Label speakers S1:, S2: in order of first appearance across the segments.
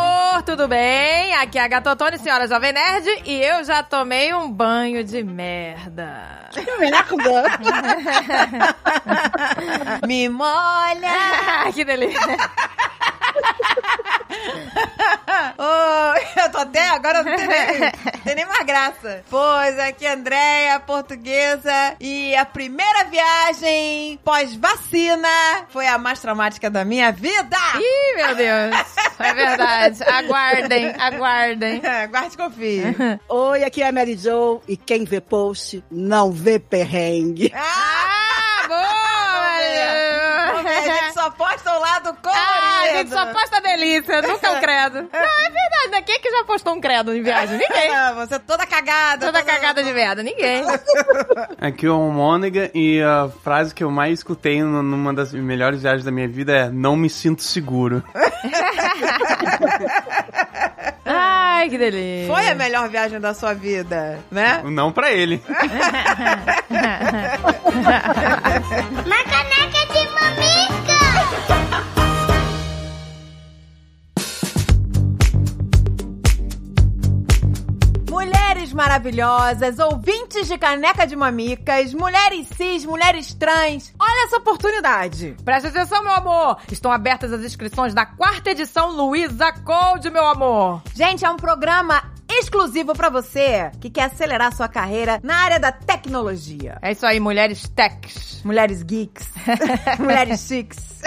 S1: Muito bem, aqui é a Gatotone, senhora Jovem Nerd, e eu já tomei um banho de merda.
S2: Merda! Me molha!
S1: Ah, que delícia.
S2: Ô, eu tô até agora não tem nem, não tem nem uma graça. Pois aqui é a Andréia, portuguesa, e a primeira viagem pós-vacina foi a mais traumática da minha vida!
S1: Ih, meu Deus. É verdade. Aguardem, aguardem.
S2: Guarde e confie.
S3: Oi, aqui é a Mary Jo e quem vê post não vê perrengue.
S2: Ah!
S1: Ah, boa,
S2: Porque A
S1: Maria.
S2: gente só posta o lado colorido.
S1: Ah, a gente só posta delícia, nunca um credo. Não, é verdade, né? Quem é que já postou um credo em viagem? Ninguém.
S2: Ah, Você toda cagada.
S1: Toda cagada de merda, ninguém.
S4: Aqui é o Mônega e a frase que eu mais escutei nu- numa das melhores viagens da minha vida é Não me sinto seguro.
S1: Ai, que delícia.
S2: Foi a melhor viagem da sua vida, né?
S4: Não pra ele.
S5: Uma caneca de mamica!
S2: Mulheres maravilhosas, ouvintes de caneca de mamicas, mulheres cis, mulheres trans. Olha essa oportunidade.
S1: Presta atenção, meu amor. Estão abertas as inscrições da quarta edição Luísa Cold, meu amor.
S2: Gente, é um programa exclusivo pra você que quer acelerar sua carreira na área da tecnologia.
S1: É isso aí, mulheres techs.
S2: Mulheres geeks, mulheres chiques.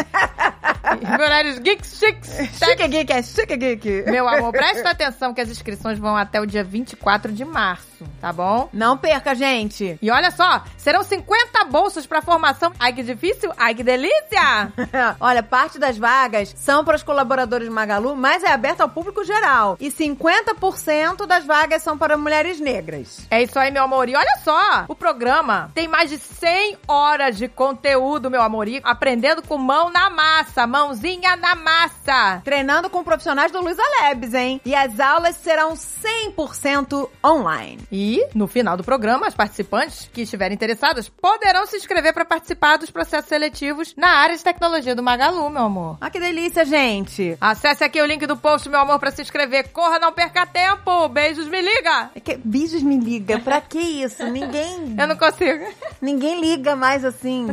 S1: mulheres geeks chiques.
S2: Chique geek é chique geek.
S1: Meu amor, presta atenção que as inscrições vão até o dia 24 de março, tá bom?
S2: Não perca, gente.
S1: E olha só, serão 50 bolsas pra formação. Ai que difícil, ai que delícia!
S2: Olha, parte das vagas são para os colaboradores do Magalu, mas é aberta ao público geral. E 50% das vagas são para mulheres negras.
S1: É isso aí, meu amor. E olha só, o programa tem mais de 100 horas de conteúdo, meu amor. E aprendendo com mão na massa, mãozinha na massa.
S2: Treinando com profissionais do Luiza Labs, hein? E as aulas serão 100% online.
S1: E, no final do programa, as participantes que estiverem interessadas poderão se inscrever pra participar dos processos seletivos na área de tecnologia do Magalu, meu amor.
S2: Ah, que delícia, gente!
S1: Acesse aqui o link do post, meu amor, pra se inscrever. Corra, não perca tempo. Beijos, me liga.
S2: É que- Bijos me liga, pra que isso? Ninguém,
S1: Eu não consigo.
S2: ninguém liga mais assim.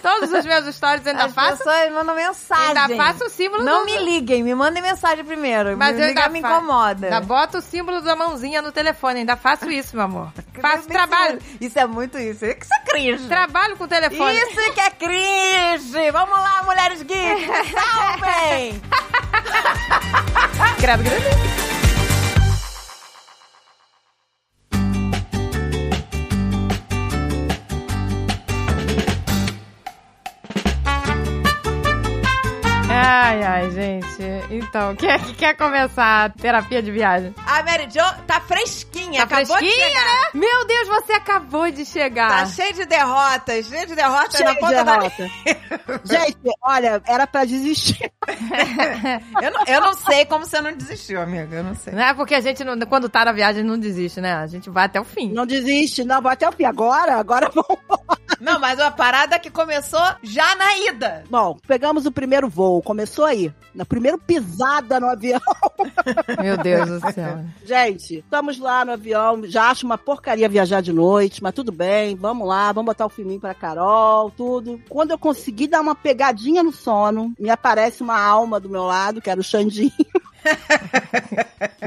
S1: Todos os meus stories ainda
S2: As
S1: faço.
S2: pessoas mandam mensagem.
S1: Ainda faço o símbolo
S2: Não
S1: do-
S2: me liguem, me mandem mensagem primeiro.
S1: Mas
S2: me
S1: eu
S2: ligar
S1: ainda
S2: me
S1: fa-
S2: incomoda.
S1: Ainda bota o símbolo da mãozinha no telefone. Ainda faço isso, meu amor. faço trabalho.
S2: Isso é muito isso. Isso é cringe.
S1: Trabalho com o telefone.
S2: Isso que é cringe! Vamos lá, mulheres geeks! Salvem!
S1: Ah, Credo, credo. Ai, ai, gente. Então, quem é que quer começar a terapia de viagem?
S2: A Mary Jo tá fresquinha,
S1: Tá
S2: acabou de
S1: fresquinha,
S2: chegar.
S1: né? Meu Deus, você acabou de chegar.
S2: Tá cheio de derrotas, cheio de derrotas
S3: Cheio
S2: na
S3: de
S2: ponta da
S3: derrota. Gente, olha, era pra desistir.
S2: eu não, eu não sei como você não desistiu, amiga. Eu não sei.
S1: Né? Porque a gente, não- quando tá na viagem, não desiste, né? A gente vai até o fim.
S3: Não desiste, não, vai até o fim. Agora, agora vamos.
S2: Não, mas uma parada que começou já na ida.
S3: Bom, pegamos o primeiro voo, começou aí. Na primeira pisada no avião.
S1: Meu Deus do céu.
S3: Gente, estamos lá no avião, já acho uma porcaria viajar de noite, mas tudo bem, vamos lá, vamos botar o filminho pra Carol, tudo. Quando eu consegui dar uma pegadinha no sono, me aparece uma alma do meu lado, que era o Xandinho.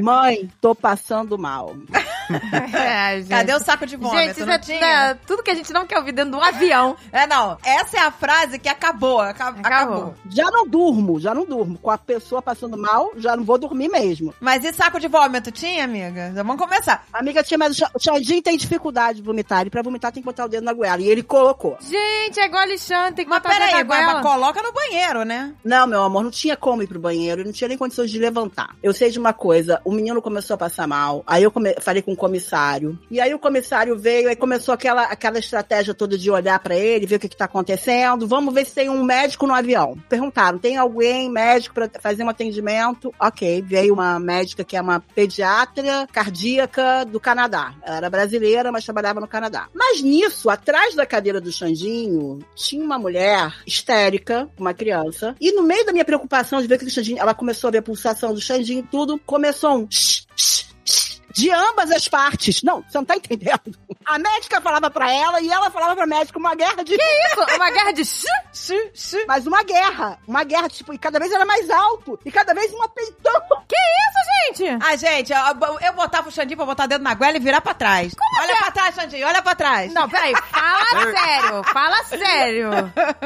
S3: Mãe, tô passando mal.
S1: É, gente.
S2: Cadê o saco de vômito?
S1: Gente, isso
S2: não
S1: é
S2: tinha?
S1: é tudo que a gente não quer ouvir dentro do avião.
S2: É, não. Essa é a frase que acabou. aca- Acabou.
S1: Acabou.
S3: Já não durmo, já não durmo. Com a pessoa passando mal, já não vou dormir mesmo.
S2: Mas e saco de vômito tinha, amiga? Já vamos começar.
S3: Amiga tinha, mas o Xa- o Xandinho tem dificuldade de vomitar, e pra vomitar tem que botar o dedo na goela, e ele colocou.
S1: Gente, é igual a Alexandre, tem que
S2: Mas
S1: botar
S2: peraí,
S1: dentro da
S2: mas, mas
S1: goela.
S2: coloca no banheiro, né?
S3: Não, meu amor, não tinha como ir pro banheiro, eu não tinha nem condições de levantar. Eu sei de uma coisa, o menino começou a passar mal, aí eu come- falei com um comissário. E aí o comissário veio, aí começou aquela, aquela estratégia toda de olhar pra ele, ver o que, que tá acontecendo. Vamos ver se tem um médico no avião. Perguntaram: tem alguém médico pra fazer um atendimento? Ok, veio uma médica que é uma pediatra cardíaca do Canadá. Ela era brasileira, mas trabalhava no Canadá. Mas nisso, atrás da cadeira do Xandinho, tinha uma mulher histérica, uma criança, e no meio da minha preocupação de ver que o Xandinho, ela começou a ver a pulsação do Xandinho e tudo, começou um shh, shh, shh, de ambas as partes. Não, você não tá entendendo. A médica falava pra ela e ela falava pra médica uma guerra de.
S1: Que isso? é Uma guerra de xu, xu, xu.
S3: Mas uma guerra. Uma guerra, tipo, e cada vez era mais alto. E cada vez uma peitão.
S1: Que isso, gente?
S2: Ah, gente, eu, eu botava o Xandinho pra botar o dedo na goela e virar pra trás. olha pra trás, Xandinho, olha pra trás.
S1: assim? Não, peraí, fala sério, fala sério.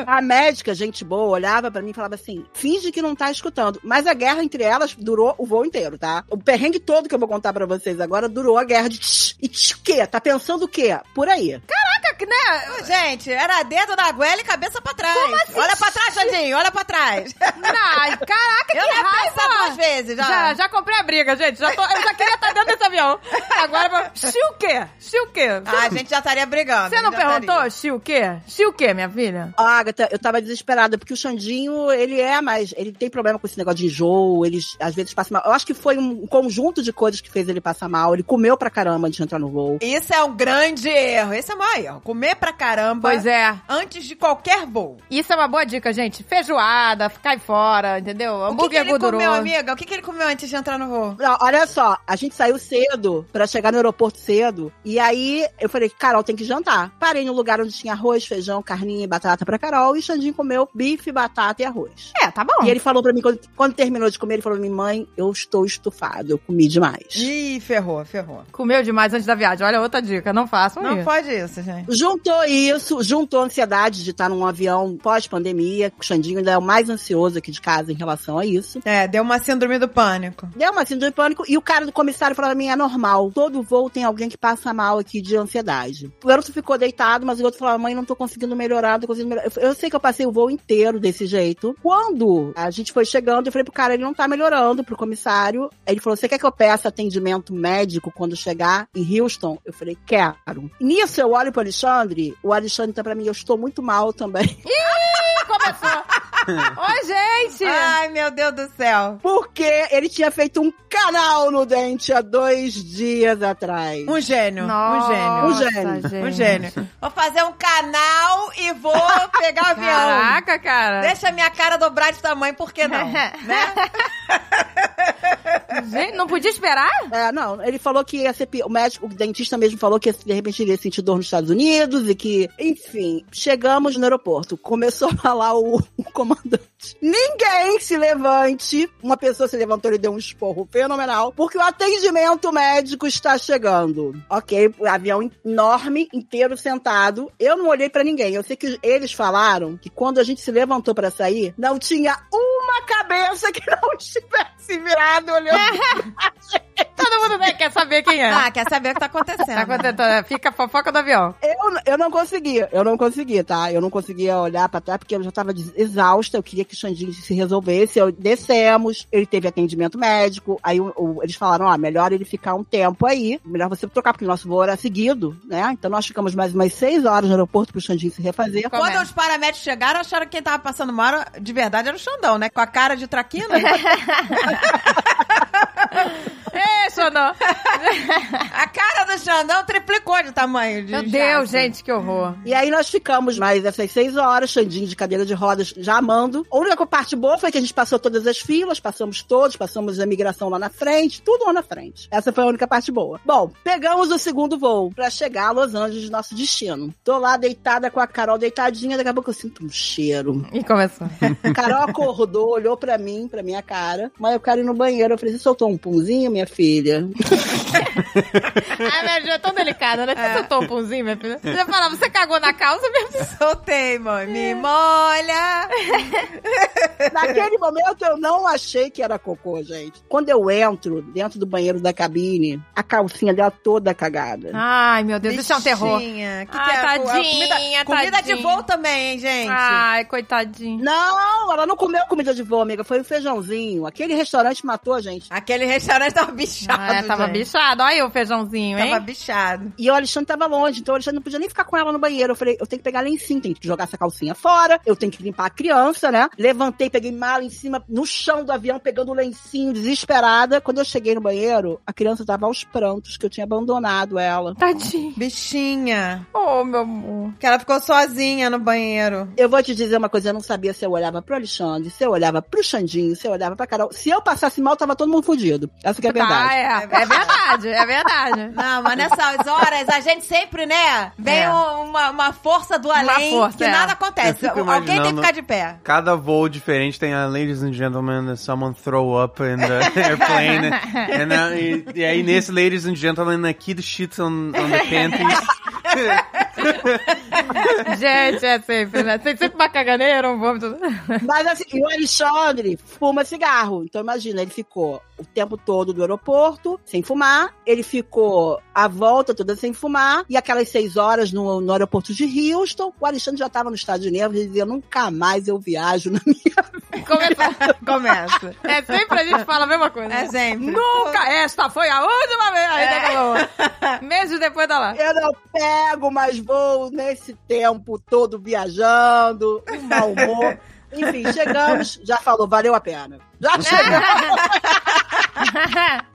S3: A médica, gente boa, olhava pra mim e falava assim: finge que não tá escutando. Mas a guerra entre elas durou o voo inteiro, tá? O perrengue todo que eu vou contar pra vocês agora durou a guerra de tch, e tch, o quê? Tá pensando o quê? Por aí.
S1: Caraca, que, né?
S2: Gente, era dedo na goela e cabeça pra trás.
S1: Como assim?
S2: Olha pra trás, Xandinho, olha pra trás.
S1: Ai, caraca, que
S2: Eu ia pensar duas
S1: raiva!
S2: vezes já.
S1: Já, já comprei a briga, gente. Já tô- eu já queria estar dentro desse avião. Agora, xi o quê? Xi o quê?
S2: Ah, a gente já estaria brigando.
S1: Você não
S2: já estaria.
S1: perguntou xi o quê? Xi o quê, minha filha?
S3: Ó, Agatha, eu tava desesperada, porque o Xandinho, ele é, mas ele tem problema com esse negócio de enjoo, ele às vezes passa mal. Eu acho que foi um conjunto de coisas que fez ele passar mal. Ele comeu pra caramba antes de entrar no voo.
S2: Isso é um grande erro. Esse é o maior erro. Comer pra caramba.
S1: Pois é.
S2: Antes de qualquer voo.
S1: Isso é uma boa dica, gente. Feijoada, cai fora, entendeu?
S2: O que, que
S1: Hambúrguer
S2: ele comeu,
S1: gorduroso.
S2: amiga? O que, que ele comeu antes de entrar no voo?
S3: Não, olha só, a gente saiu cedo pra chegar no aeroporto cedo. E aí eu falei, Carol, tem que jantar. Parei no lugar onde tinha arroz, feijão, carninha e batata pra Carol. E o Xandinho comeu bife, batata e arroz.
S1: É, tá bom.
S3: E ele falou pra mim, quando, quando terminou de comer, ele falou pra mim, mãe, eu estou estufado, eu comi demais.
S2: Ih, ferrou, ferrou.
S1: Comeu demais antes da viagem. Olha, outra dica. Não façam
S2: Não
S1: isso.
S2: pode isso, gente.
S3: Juntou isso, juntou a ansiedade de estar num avião pós-pandemia. O Xandinho ainda é o mais ansioso aqui de casa em relação a isso.
S2: É, deu uma síndrome do pânico.
S3: Deu uma síndrome de pânico e o cara do comissário falou pra mim, é normal. Todo voo tem alguém que passa mal aqui de ansiedade. O garoto ficou deitado, mas o outro falou, mãe, não tô conseguindo melhorar, não tô conseguindo melhorar. Eu falei, Eu sei que eu passei o voo inteiro desse jeito. Quando a gente foi chegando, eu falei pro cara, ele não tá melhorando, pro comissário. Aí Ele falou, você quer que eu peça atendimento médico quando chegar em Houston? Eu falei, quero. Nisso eu olho pro Alexandre, o Alexandre tá pra mim, eu estou muito mal também.
S1: Começou. Oi, gente!
S2: Ai, meu Deus do céu.
S3: Porque ele tinha feito um canal no dente há dois dias atrás.
S2: Um gênio.
S1: Nossa,
S2: Um gênio.
S3: Um gênio.
S1: gente.
S2: Um gênio. Vou fazer um canal e vou pegar o avião.
S1: Caraca, cara.
S2: Deixa a minha cara dobrar de tamanho, por que não? né?
S1: Gente, não podia esperar?
S3: É, não, ele falou que ia ser pi- o médico, o dentista mesmo falou que de repente ele ia sentir dor nos Estados Unidos e que, enfim, chegamos no aeroporto, começou a falar o, o comandante. Ninguém se levante. Uma pessoa se levantou e deu um esporro fenomenal, porque o atendimento médico está chegando. Ok, o avião enorme, inteiro sentado. Eu não olhei pra ninguém. Eu sei que eles falaram que quando a gente se levantou pra sair, não tinha uma cabeça que não estivesse virada olhando.
S1: Todo mundo né, quer saber quem é.
S2: Ah, quer saber o que tá
S1: Tá
S2: acontecendo.
S1: contentando. Fica a fofoca do avião.
S3: Eu, eu não conseguia, eu não conseguia, tá? Eu não conseguia olhar pra trás porque eu já tava des- exausta, eu queria que o Xandinho se resolvesse. Eu descemos, ele teve atendimento médico, aí o- o- eles falaram, ó, melhor ele ficar um tempo aí, melhor você trocar, porque o nosso voo era seguido, né? Então nós ficamos mais umas seis horas no aeroporto pro Xandinho se refazer.
S2: Quando
S1: Começa.
S2: os paramédicos chegaram, acharam que quem tava passando mal era- de verdade era o Xandão, né? Com a cara de traquina.
S1: Ei, Xandão.
S2: a cara do Xandão triplicou de tamanho. De
S1: Meu
S2: chato.
S1: Deus, gente, que horror.
S3: E aí nós ficamos mais essas seis horas, Xandinho de cadeira de rodas, já amando. A única parte boa foi que a gente passou todas as filas, passamos todos, passamos a imigração lá na frente, tudo lá na frente. Essa foi a única parte boa. Bom, pegamos o segundo voo pra chegar a Los Angeles, nosso destino. Tô lá deitada com a Carol deitadinha, daqui a pouco eu sinto um cheiro.
S1: E começou.
S3: A Carol acordou, olhou pra mim, pra minha cara. Mas eu quero ir no banheiro. Eu falei, você soltou um punzinho, minha filha?
S1: Ai, minha Ju, é tão delicada, né? Você soltou um punzinho, minha filha? Você falava, você cagou na calça, minha filha?
S2: Soltei, mãe.
S1: É.
S2: Me molha.
S3: Naquele momento eu não achei que era cocô, gente. Quando eu entro dentro do banheiro da cabine, a calcinha dela toda cagada.
S1: Ai, meu Deus, isso é um
S2: Bichinha.
S1: terror.
S2: Que
S1: Ai,
S2: que é?
S1: tadinha,
S2: comida, comida de
S1: tadinha. Ah.
S2: voo também, hein, gente?
S1: Ai, coitadinho.
S3: Não, ela não comeu comida de voo, amiga. Foi o feijãozinho. Aquele restaurante matou a gente.
S2: Aquele restaurante tava bichado.
S3: bichado.
S1: É, tava
S2: gente.
S1: bichado. Olha aí o feijãozinho, hein?
S2: Tava bichado.
S3: E o Alexandre tava longe, então o Alexandre não podia nem ficar com ela no banheiro. Eu falei, eu tenho que pegar ela em cima, tenho que jogar essa calcinha fora, eu tenho que limpar a criança, né? Levantei, peguei mala em cima, no chão do avião, pegando o lencinho, desesperada. Quando eu cheguei no banheiro, a criança tava aos prantos, que eu tinha abandonado ela.
S1: Tadinho.
S2: Bichinha.
S1: Oh, meu amor.
S2: Que ela ficou sozinha no banheiro.
S3: Eu vou te dizer uma coisa, eu não sabia se eu olhava pro Alexandre, se eu olhava pro Xandinho, se eu olhava pra Carol. Se eu passasse mal, tava todo mundo fudido. Essa que é a
S1: Tá,
S3: verdade.
S1: é, é verdade, é verdade.
S2: Não, mas nessas horas a gente sempre, né? Vem
S1: É.
S2: um- uma, uma força do
S1: Uma
S2: além
S1: força,
S2: que
S1: é.
S2: nada
S4: Eu
S2: acontece.
S4: fico
S2: Alguém tem que
S4: imaginando-
S2: ficar de pé.
S4: Cada voo diferente tem a Ladies and Gentlemen, someone throw up in the airplane. And, uh, e, e aí nesse Ladies and Gentlemen, a kid shits on, on the panties.
S1: Gente, é sempre, né? Tem sempre uma caganeira, um vômito.
S3: Mas assim, e o Alexandre fuma cigarro. Então imagina, ele ficou o tempo todo do aeroporto sem fumar, ele ficou a volta toda sem fumar, e aquelas seis horas no, no aeroporto de Houston, o Alexandre já estava no estado de nervos, ele dizia, nunca mais eu viajo na minha
S1: Começa-
S2: Começa.
S1: É sempre a gente fala a mesma coisa.
S2: É sempre.
S1: Nunca! Esta foi a última vez! Aí
S2: É.
S1: acabou. Meses depois tá lá.
S3: Eu não pego mais voo nesse tempo todo viajando, um mau humor. Enfim, chegamos, já falou, valeu a pena. Já chegamos.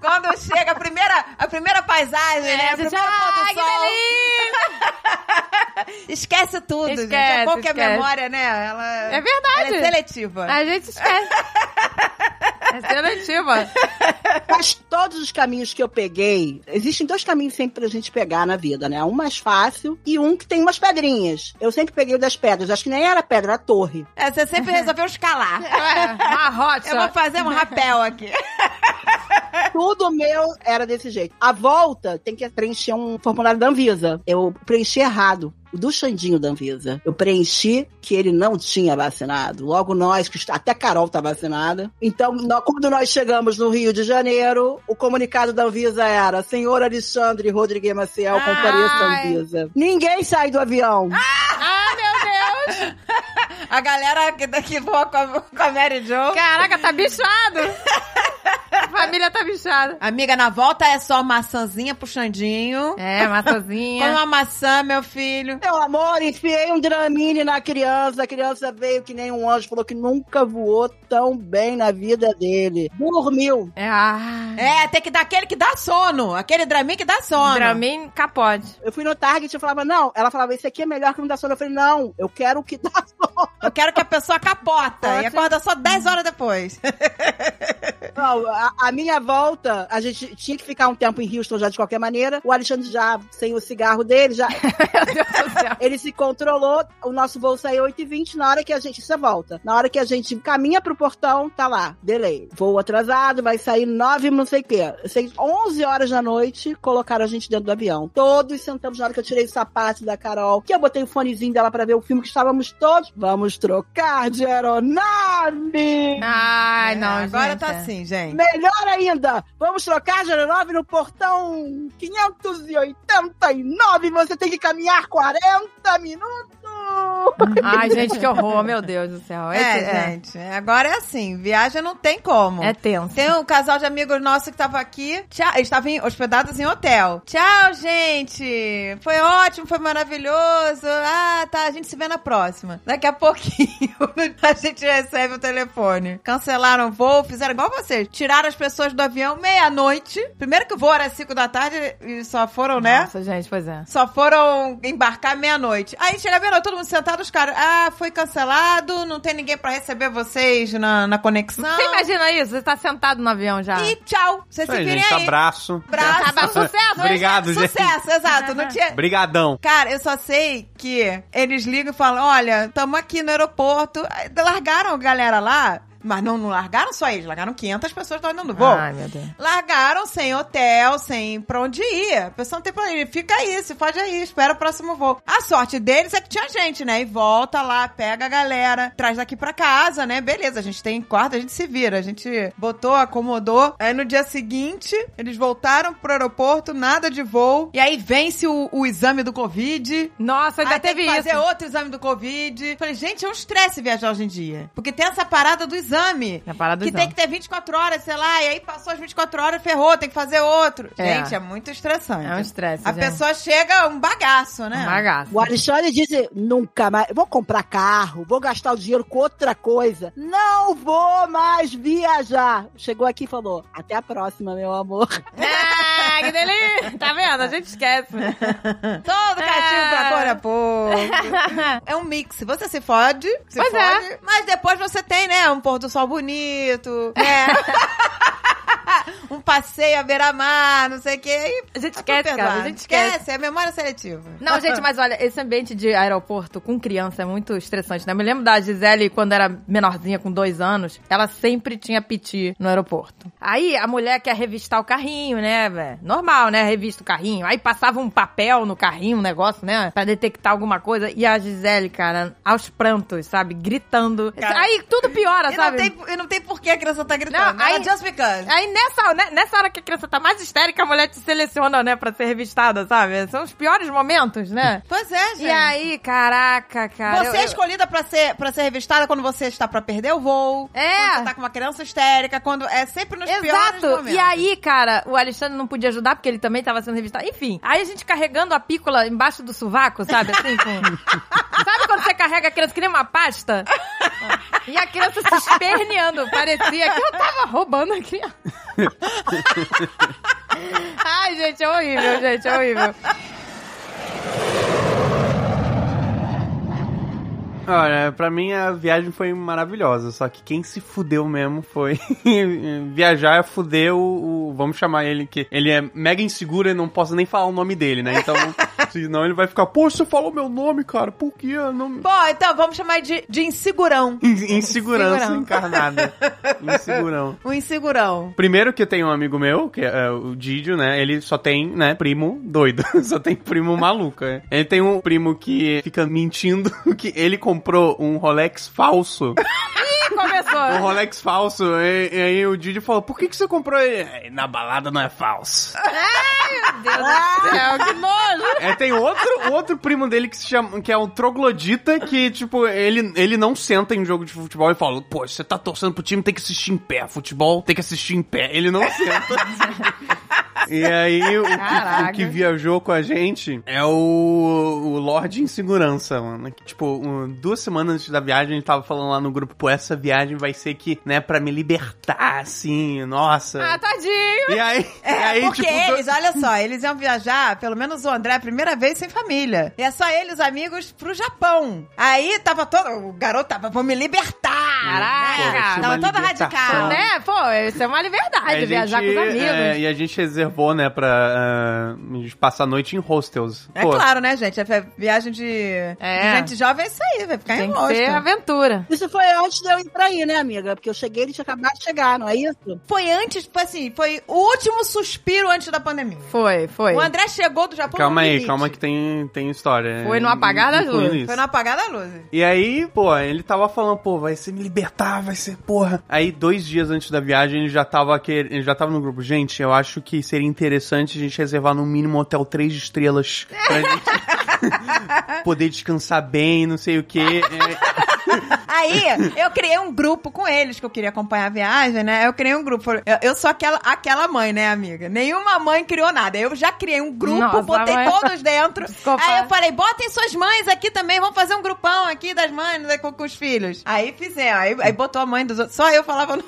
S2: Quando chega a primeira, a primeira paisagem, né?
S1: É,
S2: O
S1: gente,
S2: primeiro pôr
S1: ai,
S2: do
S1: que
S2: sol.
S1: delícia!
S2: Esquece tudo, gente.
S1: Esquece,
S2: É pouco que a
S1: esquece.
S2: memória, né? Ela
S1: É verdade.
S2: ela é seletiva.
S1: A gente esquece. É seletiva.
S3: Mas todos os caminhos que eu peguei, existem dois caminhos sempre pra gente pegar na vida, né? Um mais fácil e um que tem umas pedrinhas. Eu sempre peguei o das pedras, acho que nem era pedra, era torre.
S2: É, você sempre resolveu escalar.
S1: É, uma rocha.
S2: Eu vou fazer um rapel aqui.
S3: Tudo meu era desse jeito. A volta tem que preencher um formulário da Anvisa. Eu preenchi errado. O do Xandinho da Anvisa. Eu preenchi que ele não tinha vacinado. Logo nós, que está- até a Carol tá vacinada. Então, nó- quando nós chegamos no Rio de Janeiro, o comunicado da Anvisa era: Senhor Alexandre Rodrigues Maciel, compareça à
S1: Ai.
S3: Anvisa. Ninguém sai do avião.
S1: Ah, meu Deus!
S2: A galera que, que voa com a, com a Mary Jo.
S1: Caraca, tá bichado! A família tá bichada.
S2: Amiga, na volta é só maçãzinha puxandinho.
S1: É,
S2: Come
S1: maçãzinha.
S2: uma maçã, meu filho.
S3: Ah, Meu amor, enfiei um Dramine na criança. A criança veio que nem um anjo, falou que nunca voou tão bem na vida dele. Dormiu.
S1: É, ah.
S2: É, tem que dar aquele que dá sono. Aquele Dramin que dá sono.
S1: Dramin capote.
S3: Eu fui no Target e eu falava, não. Ela falava, esse aqui é melhor que não dá sono. Eu falei, não, eu quero o que dá sono.
S2: Eu quero que a pessoa capota
S1: Pode.
S2: e acorda só 10 horas depois.
S3: Não, a, a minha volta, a gente tinha que ficar um tempo em Houston já de qualquer maneira. O Alexandre já, sem o cigarro dele, já,
S1: Meu Deus do céu.
S3: ele se controlou. O nosso voo saiu 8h20 na hora que a gente, isso é volta. Na hora que a gente caminha pro portão, tá lá, delay. Voo atrasado, vai sair 9 não sei o quê. Eu sei que 11 horas da noite, colocaram a gente dentro do avião. Todos sentamos na hora que eu tirei o sapato da Carol, que eu botei o fonezinho dela pra ver o filme que estávamos todos. Vamos trocar de aeronave!
S1: Ai, não,
S2: É, Agora
S1: gente.
S2: tá assim, gente.
S3: Melhor ainda, vamos trocar de aeronave no portão 589. Você tem que caminhar 40 minutos.
S1: Ai, gente, que horror, meu Deus do céu.
S2: É,
S1: Esse-
S2: gente. Agora é assim. Viagem não tem como.
S1: É tenso.
S2: Tem um casal de amigos nossos que tava aqui. Tchau, eles estavam em- hospedados em hotel. Tchau, gente. Foi ótimo, foi maravilhoso. Ah, tá. A gente se vê na próxima. Daqui a pouquinho a gente recebe o telefone. Cancelaram o voo, fizeram igual vocês. Tiraram as pessoas do avião meia-noite. Primeiro que o voo era 5 da tarde e só foram, né?
S1: Nossa, gente, pois é.
S2: Só foram embarcar meia-noite. Aí chega meia-noite, todo mundo sentado, os caras. Ah, foi cancelado, não tem ninguém pra receber vocês na, na conexão.
S1: Você imagina isso? Você tá sentado no avião já.
S2: E tchau. Vocês
S4: Isso
S2: se
S4: aí,
S2: virem
S4: gente.
S2: aí.
S4: Abraço. É,
S2: Abraço.
S1: Tá, sucesso!
S4: Obrigado, gente.
S2: Sucesso, exato. Não tinha.
S4: Obrigadão.
S2: Cara, eu só sei que eles ligam e falam: olha, tamo aqui no aeroporto. Aí Largaram a galera lá, mas não, não largaram só eles, largaram 500 pessoas que estavam dentro do voo.
S1: Ai, meu Deus.
S2: Largaram sem hotel, sem pra onde ir. A pessoa não tem pra onde ir. Fica aí, se faz aí, espera o próximo voo. A sorte deles é que tinha gente, né? E volta lá, pega a galera, traz daqui pra casa, né? Beleza, a gente tem quarto, a gente se vira. A gente botou, acomodou. Aí no dia seguinte, eles voltaram pro aeroporto, nada de voo. E aí vence o, o exame do Covid.
S1: Nossa, ainda
S2: Aí tem
S1: teve
S2: que fazer
S1: isso.
S2: outro exame do Covid. Falei, gente, é um estresse viajar hoje em dia. Porque tem essa parada do exame
S1: Na parada
S2: que
S1: do
S2: tem que
S1: exame.
S2: ter 24 horas, sei lá, e aí passou as 24 horas, ferrou, tem que fazer outro.
S1: É.
S2: Gente, é muito estressante.
S1: É um estresse,
S2: A
S1: gente.
S2: pessoa chega um bagaço, né?
S1: Um bagaço.
S3: O Alexandre disse: nunca mais. Vou comprar carro, vou gastar o dinheiro com outra coisa. Não vou mais viajar. Chegou aqui e falou: até a próxima, meu amor.
S1: Ah, que delícia! Tá vendo? A gente esquece.
S2: Todo castigo pra
S1: É.
S2: pôr a pouco. É um mix. Você se fode, se
S1: Pois é.
S2: fode, mas depois você tem, né, um pôr do sol bonito, né? um passeio à beira-mar, não sei o quê.
S1: A gente
S2: E
S1: esquece, cara. A gente Tá esquece.
S2: É memória seletiva.
S1: Não, gente, mas olha, esse ambiente de aeroporto com criança é muito estressante, né? Eu me lembro da Gisele, quando era menorzinha, com dois anos, ela sempre tinha piti no aeroporto. Aí a mulher quer revistar o carrinho, né, velho? Normal, né? Revista o carrinho. Aí passava um papel no carrinho, um negócio, né? Pra detectar alguma coisa. E a Gisele, cara, aos prantos, sabe? Gritando.
S2: Cara.
S1: Aí tudo piora,
S2: E não,
S1: sabe?
S2: tem, e não tem por que a criança tá gritando.
S1: Não, aí-
S2: Ela just because.
S1: Aí nessa, né, nessa hora que a criança tá mais histérica, a mulher te seleciona, né, pra ser revistada, sabe? São os piores momentos, né?
S2: Pois é, gente.
S1: E aí, caraca, cara.
S2: Você
S1: eu-
S2: é escolhida pra ser, pra ser revistada quando você está pra perder o voo.
S1: É.
S2: Quando você tá com uma criança histérica. Quando, é sempre nos piores
S1: Exato!
S2: momentos.
S1: E aí, cara, o Alexandre não podia ajudar porque ele também tava sendo revistado. Enfim, aí a gente carregando a pícola embaixo do sovaco, sabe? Assim, com... Sabe quando você carrega a criança que nem uma pasta? E a criança se esperneando. Parecia que eu tava roubando a criança. Ai, gente, é horrível, gente, é horrível.
S4: Olha, pra mim a viagem foi maravilhosa, só que quem se fudeu mesmo foi viajar é fuder o, o- Vamos chamar ele que. Ele é mega inseguro e não posso nem falar o nome dele, né? Então, senão ele vai ficar, pô, você falou meu nome, cara, por que? Eu Não...
S2: Bom, então vamos chamar de, de insegurão.
S4: In- Insegurança
S1: Insegurão.
S4: encarnada. Insegurão.
S2: O insegurão.
S4: Primeiro que eu tenho um amigo meu, que é o Didio, né? Ele só tem, né, primo doido. só tem primo maluco. né? Ele tem um primo que fica mentindo que ele comprou um Rolex falso.
S1: E
S4: Um
S1: começou.
S4: Rolex falso. E, e aí o Didi falou, por que, que você comprou ele? "É, Na balada não é falso.
S1: Meu Deus do céu, que nojo!
S4: É, tem outro, outro primo dele que se chama, que é um troglodita, que, tipo, ele, ele não senta em jogo de futebol e fala, pô, você tá torcendo pro time, tem que assistir em pé. Futebol tem que assistir em pé. Ele não senta. E aí, o que,
S1: Caraca.
S4: o que viajou com a gente é o, o Lorde Insegurança, mano. Que, tipo, um, duas semanas antes da viagem, a gente tava falando lá no grupo, pô, essa viagem vai ser que, né, pra me libertar, assim, nossa.
S1: Ah, tadinho!
S4: E aí, e aí
S2: é, Porque
S4: tipo, do-
S2: eles, olha só, eles iam viajar, pelo menos o André, a primeira vez sem família. E é só eles, amigos, pro Japão. Aí tava todo. O garoto tava, vou me
S4: Uhum.
S2: libertar!
S1: Caraca!
S4: Pô,
S2: ah, Tava
S4: Uma
S2: todo
S4: libertação.
S2: radical.
S1: Né? Pô, isso é uma liberdade,
S4: Ah. A
S1: viajar com os
S4: gente,
S1: amigos.
S4: é, e a gente reservou, né, pra ah, passar a noite em hostels.
S2: É
S4: Pô,
S2: claro, né, gente? É viagem de,
S1: É.
S2: de gente jovem, é isso aí, vai ficar
S1: Tem
S2: em
S1: que ser
S2: rosto.
S1: aventura.
S3: Isso foi antes de eu ir pra aí, né, amiga? Porque eu cheguei, ele tinha acabado de chegar, não é isso?
S2: Foi antes, foi assim, foi o último suspiro antes da pandemia.
S1: Foi, foi.
S2: O André chegou do Japão
S4: Calma
S2: no
S4: aí,
S2: limite.
S4: calma que tem, tem história.
S1: Foi no apagar das
S4: Incluindo
S1: luzes.
S4: isso.
S2: Foi no apagar da luz.
S4: E aí, pô, ele tava falando, pô, vai ser me libertar, vai ser porra. Aí, dois dias antes da viagem, ele já tava, que, ele já tava no grupo. Gente, eu acho que seria interessante a gente reservar no mínimo um hotel três estrelas. Pra gente poder descansar bem, não sei o quê. É,
S2: Aí, eu criei um grupo com eles, que eu queria acompanhar a viagem, né? Eu criei um grupo. Eu, eu sou aquela, aquela mãe, né, amiga? Nenhuma mãe criou nada. Eu já criei um grupo,
S1: Nossa,
S2: botei
S1: mãe.
S2: todos dentro.
S1: Desculpa.
S2: Aí eu falei, botem suas mães aqui também, vamos fazer um grupão aqui das mães né, com, com os filhos. Aí fizeram, aí, aí botou a mãe dos outros. Só eu falava... No...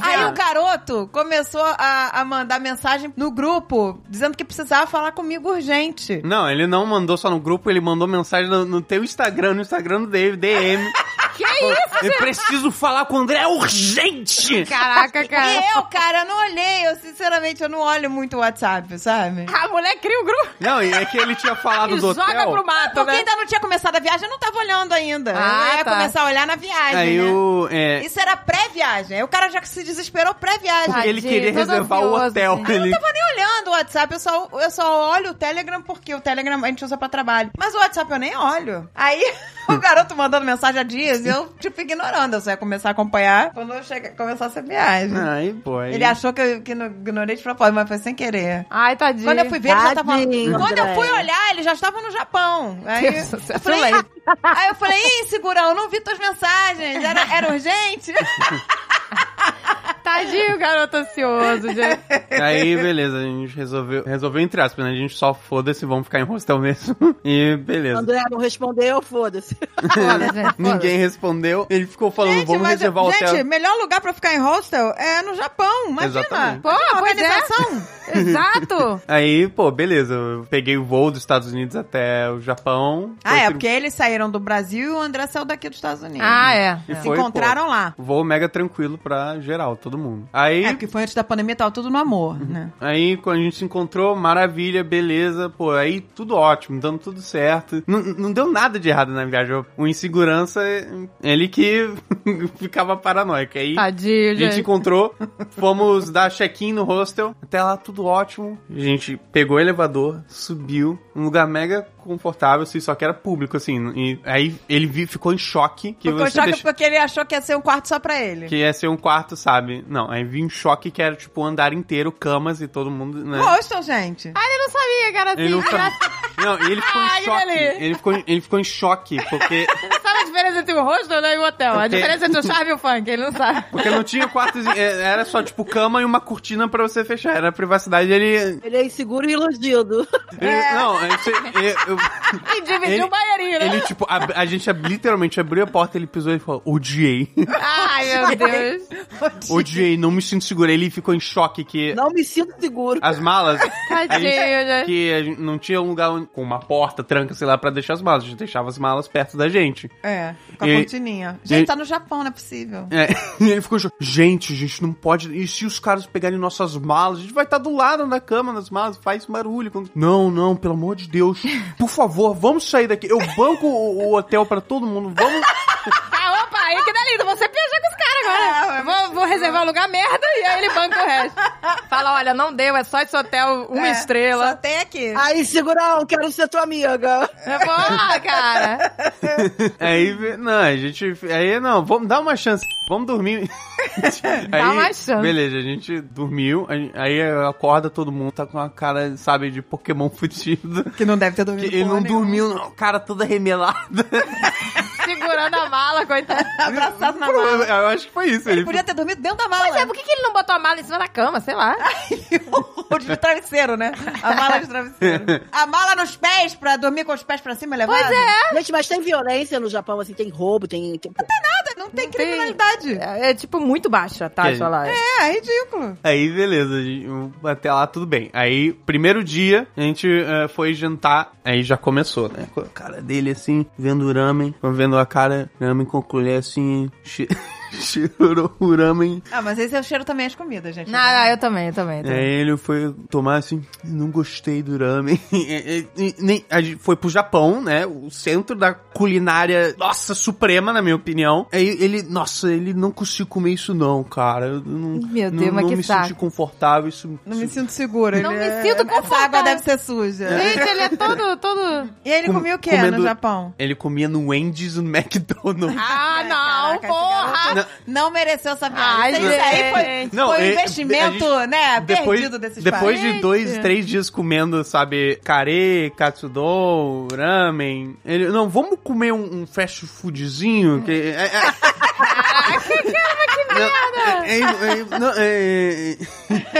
S2: Aí o garoto começou a, a mandar mensagem no grupo, dizendo que precisava falar comigo urgente.
S4: não, ele não mandou só no grupo, ele mandou mensagem no, no teu Instagram, no Instagram do David, DM.
S1: Que isso?
S4: Eu preciso falar com o André urgente!
S1: Caraca, cara.
S2: E eu, cara, não olhei. Eu, sinceramente, eu não olho muito o WhatsApp, sabe?
S1: A mulher cria o grupo
S4: Não, e é que ele tinha falado
S1: e
S4: do
S1: joga
S4: hotel.
S1: pro mato,
S2: Porque
S1: né?
S2: ainda não tinha começado a viagem, eu não tava olhando ainda.
S1: Ah,
S2: eu ia
S1: tá.
S2: começar a olhar na viagem,
S4: Aí
S2: né?
S4: o. é,
S2: Isso era pré-viagem. Aí o cara já se desesperou pré-viagem.
S4: porque ele
S1: Tadinho,
S4: queria
S1: todo
S4: reservar o
S1: ansioso,
S4: hotel.
S1: assim.
S4: Ele
S2: Eu não tava nem olhando o WhatsApp, eu só, eu só olho o Telegram porque o Telegram a gente usa pra trabalho. Mas o WhatsApp eu nem olho. Aí o garoto mandando mensagem há dias e eu, tipo, ignorando. Eu só ia começar a acompanhar quando eu chegar, começar essa viagem.
S4: Aí, pô. Aí...
S2: Ele achou que eu, que eu ignorei de propósito, mas foi sem querer.
S1: Ai, tadinho.
S2: Quando eu fui ver, ele já tava.
S3: Tadinho,
S2: Quando eu fui
S3: André.
S2: olhar, ele já estava no Japão. Aí,
S1: Deus do céu,
S2: eu falei, "Ah." aí eu falei, ei, segurão, não vi tuas mensagens. Era, era urgente?
S1: Tadinho, garoto ansioso, gente.
S4: Aí, beleza, a gente resolveu. Resolveu entre aspas, né? A gente só foda-se, vamos ficar em hostel mesmo. E beleza.
S3: André não respondeu, foda-se.
S1: Foda, gente.
S4: Ninguém respondeu. Ele ficou falando,
S2: Gente,
S4: vamos
S2: mas-
S4: reservar o hotel.
S2: Gente, melhor lugar pra ficar em hostel é no Japão, imagina.
S4: Exatamente.
S1: Pô,
S2: Imagina a
S1: pois é.
S2: organização.
S1: Exato.
S4: Aí, pô, beleza. Eu peguei o voo dos Estados Unidos até o Japão.
S2: Ah, é,
S4: Foi-
S2: porque eles saíram do Brasil e o André saiu daqui dos Estados Unidos.
S1: Ah, é.
S4: E
S2: Se
S4: foi,
S2: encontraram
S4: pô,
S2: lá.
S4: Voo mega tranquilo pra geral, todo mundo. Aí.
S2: É, porque foi antes da pandemia, tava tudo no amor,
S4: Uhum.
S2: né?
S4: Aí, quando a gente se encontrou, maravilha, beleza, pô, aí tudo ótimo, dando tudo certo. N não deu nada de errado na viagem. O insegurança, ele que ficava paranoico. Aí a
S1: Tadinho,
S4: gente
S1: gente.
S4: encontrou, fomos dar check-in no hostel, até lá tudo ótimo. A gente pegou o elevador, subiu, um lugar mega confortável, assim, só que era público, assim. E aí ele vi- ficou em choque. Que
S2: Ficou
S4: você
S2: choque
S4: deixa-
S2: porque ele achou que ia ser um quarto só pra
S1: É.
S2: ele.
S4: Que ia ser um quarto, sabe? Não, aí vi um choque que era tipo um andar inteiro, camas e todo mundo, né?
S2: Hostel, gente.
S1: Ah, ele não sabia, cara, assim.
S4: Ele não
S1: Ele
S4: sabe. Não, e ele ficou
S1: Ah,
S4: em
S1: ele
S4: choque.
S1: ali.
S4: Ele ficou, ele ficou em choque, porque,
S1: não sabe a diferença entre o hostel né, e o hotel. A
S4: Porque-
S1: diferença entre o charme e o funk, ele não sabe.
S4: porque não tinha quartos. eh, Era só, tipo, cama e uma cortina pra você fechar. Era a privacidade. Ele.
S3: Ele é inseguro e iludido.
S4: ele- Não, aí você- eu- eu-
S1: E dividiu
S4: Ele-
S1: É. o banheirinho, né?
S4: ele, tipo, ab- a, gente ab- literalmente abriu a porta, ele pisou e falou: odiei.
S1: Ai, meu Deus.
S4: Odiei, não me sinto seguro. Ele ficou em choque que.
S3: Não me sinto seguro.
S4: As malas. a
S1: Tadinho,
S4: gente-
S1: gente.
S4: que a gente não tinha um lugar onde- com uma porta, tranca, sei lá, pra deixar as malas. A gente deixava as malas perto da gente.
S2: É, com a
S4: E-
S2: cortininha. Gente,
S4: e-
S2: tá no Japão, não é possível.
S4: É, e ele ficou, gente, a gente não pode. E se os caras pegarem nossas malas? A gente vai estar do lado da cama nas malas, faz barulho. Quando- Não, não, pelo amor de Deus. Por favor, vamos sair daqui. Eu banco o, o hotel pra todo mundo. Vamos.
S1: Ah, opa, aí que delícia. Você viaja com os caras agora. É, Vou, vou reservar um lugar merda e aí ele banca o resto. Fala, olha, não deu, é só esse hotel, uma
S2: É,
S1: estrela.
S2: Só tem aqui.
S4: Ah,
S3: Aí, segurão, quero ser tua amiga.
S1: É Porra, cara.
S4: Aí, vê- não, a gente. Aí, não, vamos dar uma chance. Vamos dormir. Aí,
S1: uma chance.
S4: Beleza, a gente dormiu. aí- Aí acorda todo mundo, tá com uma cara, sabe, de Pokémon fudido.
S2: Que não deve ter
S4: Que
S2: dormido.
S4: ele
S2: porra
S4: não
S2: nenhuma.
S4: dormiu, não. O cara toda remelada.
S1: Segurando a mala, coitado.
S2: Abraçado na mala.
S4: Eu acho que foi isso.
S2: Ele podia ter dormido dentro da mala.
S1: Mas é, por que, que ele não botou a mala em cima da cama, sei lá?
S2: O de travesseiro, né? A mala de travesseiro. A mala nos pés, pra dormir com os pés pra cima levado.
S1: Pois é.
S3: Gente, mas tem violência no Japão, assim, tem roubo, tem. tem-
S2: Nada, não tem criminalidade.
S1: É, é, tipo muito baixa a
S4: Que-
S1: taxa lá.
S2: É, é ridículo.
S4: Aí, beleza, gente, até lá tudo bem. Aí, primeiro dia, a gente eh, foi jantar, aí já começou, né? Com a cara dele assim, vendo o ramen, foi vendo a cara, ramen com colher assim, che- cheirou o ramen.
S2: Ah, mas esse é o cheiro também as comidas, gente.
S1: Não, é não, eu também, eu também. eu
S4: Aí
S1: também.
S4: É, ele foi tomar assim, não gostei do ramen. E- e- e- nem- a gente foi pro Japão, né? O centro da culinária, nossa, suprema, na minha opinião. Aí ele, nossa, ele não conseguiu comer isso não, cara. Eu não,
S1: Meu
S4: não,
S1: Deus, mas
S4: não
S1: que
S4: me
S1: saco.
S4: senti confortável, isso...
S2: Não me sinto segura.
S1: Não
S2: ele
S1: me
S2: é-
S1: sinto
S2: Essa água
S1: confortável.
S2: deve ser suja.
S1: Gente, ele é todo, todo...
S2: E ele
S4: Com-
S2: comia o que
S4: comendo-
S2: no Japão?
S4: Ele comia no Wendy's e no McDonald's.
S1: Ah,
S2: Ai,
S1: não,
S2: caraca, esse
S1: porra!
S2: garoto Não mereceu essa
S1: Ai,
S2: viagem. Isso aí foi,
S1: gente.
S4: Não,
S2: foi um
S4: é-
S2: investimento,
S4: a gente-
S2: né,
S4: Depois,
S2: perdido desses
S4: depois
S2: pais.
S4: de dois, três dias comendo, sabe, kare, katsudon, ramen. Ele, não, vamos comer um, um fast foodzinho? Que, é, é, Não, é- é- é- não, é-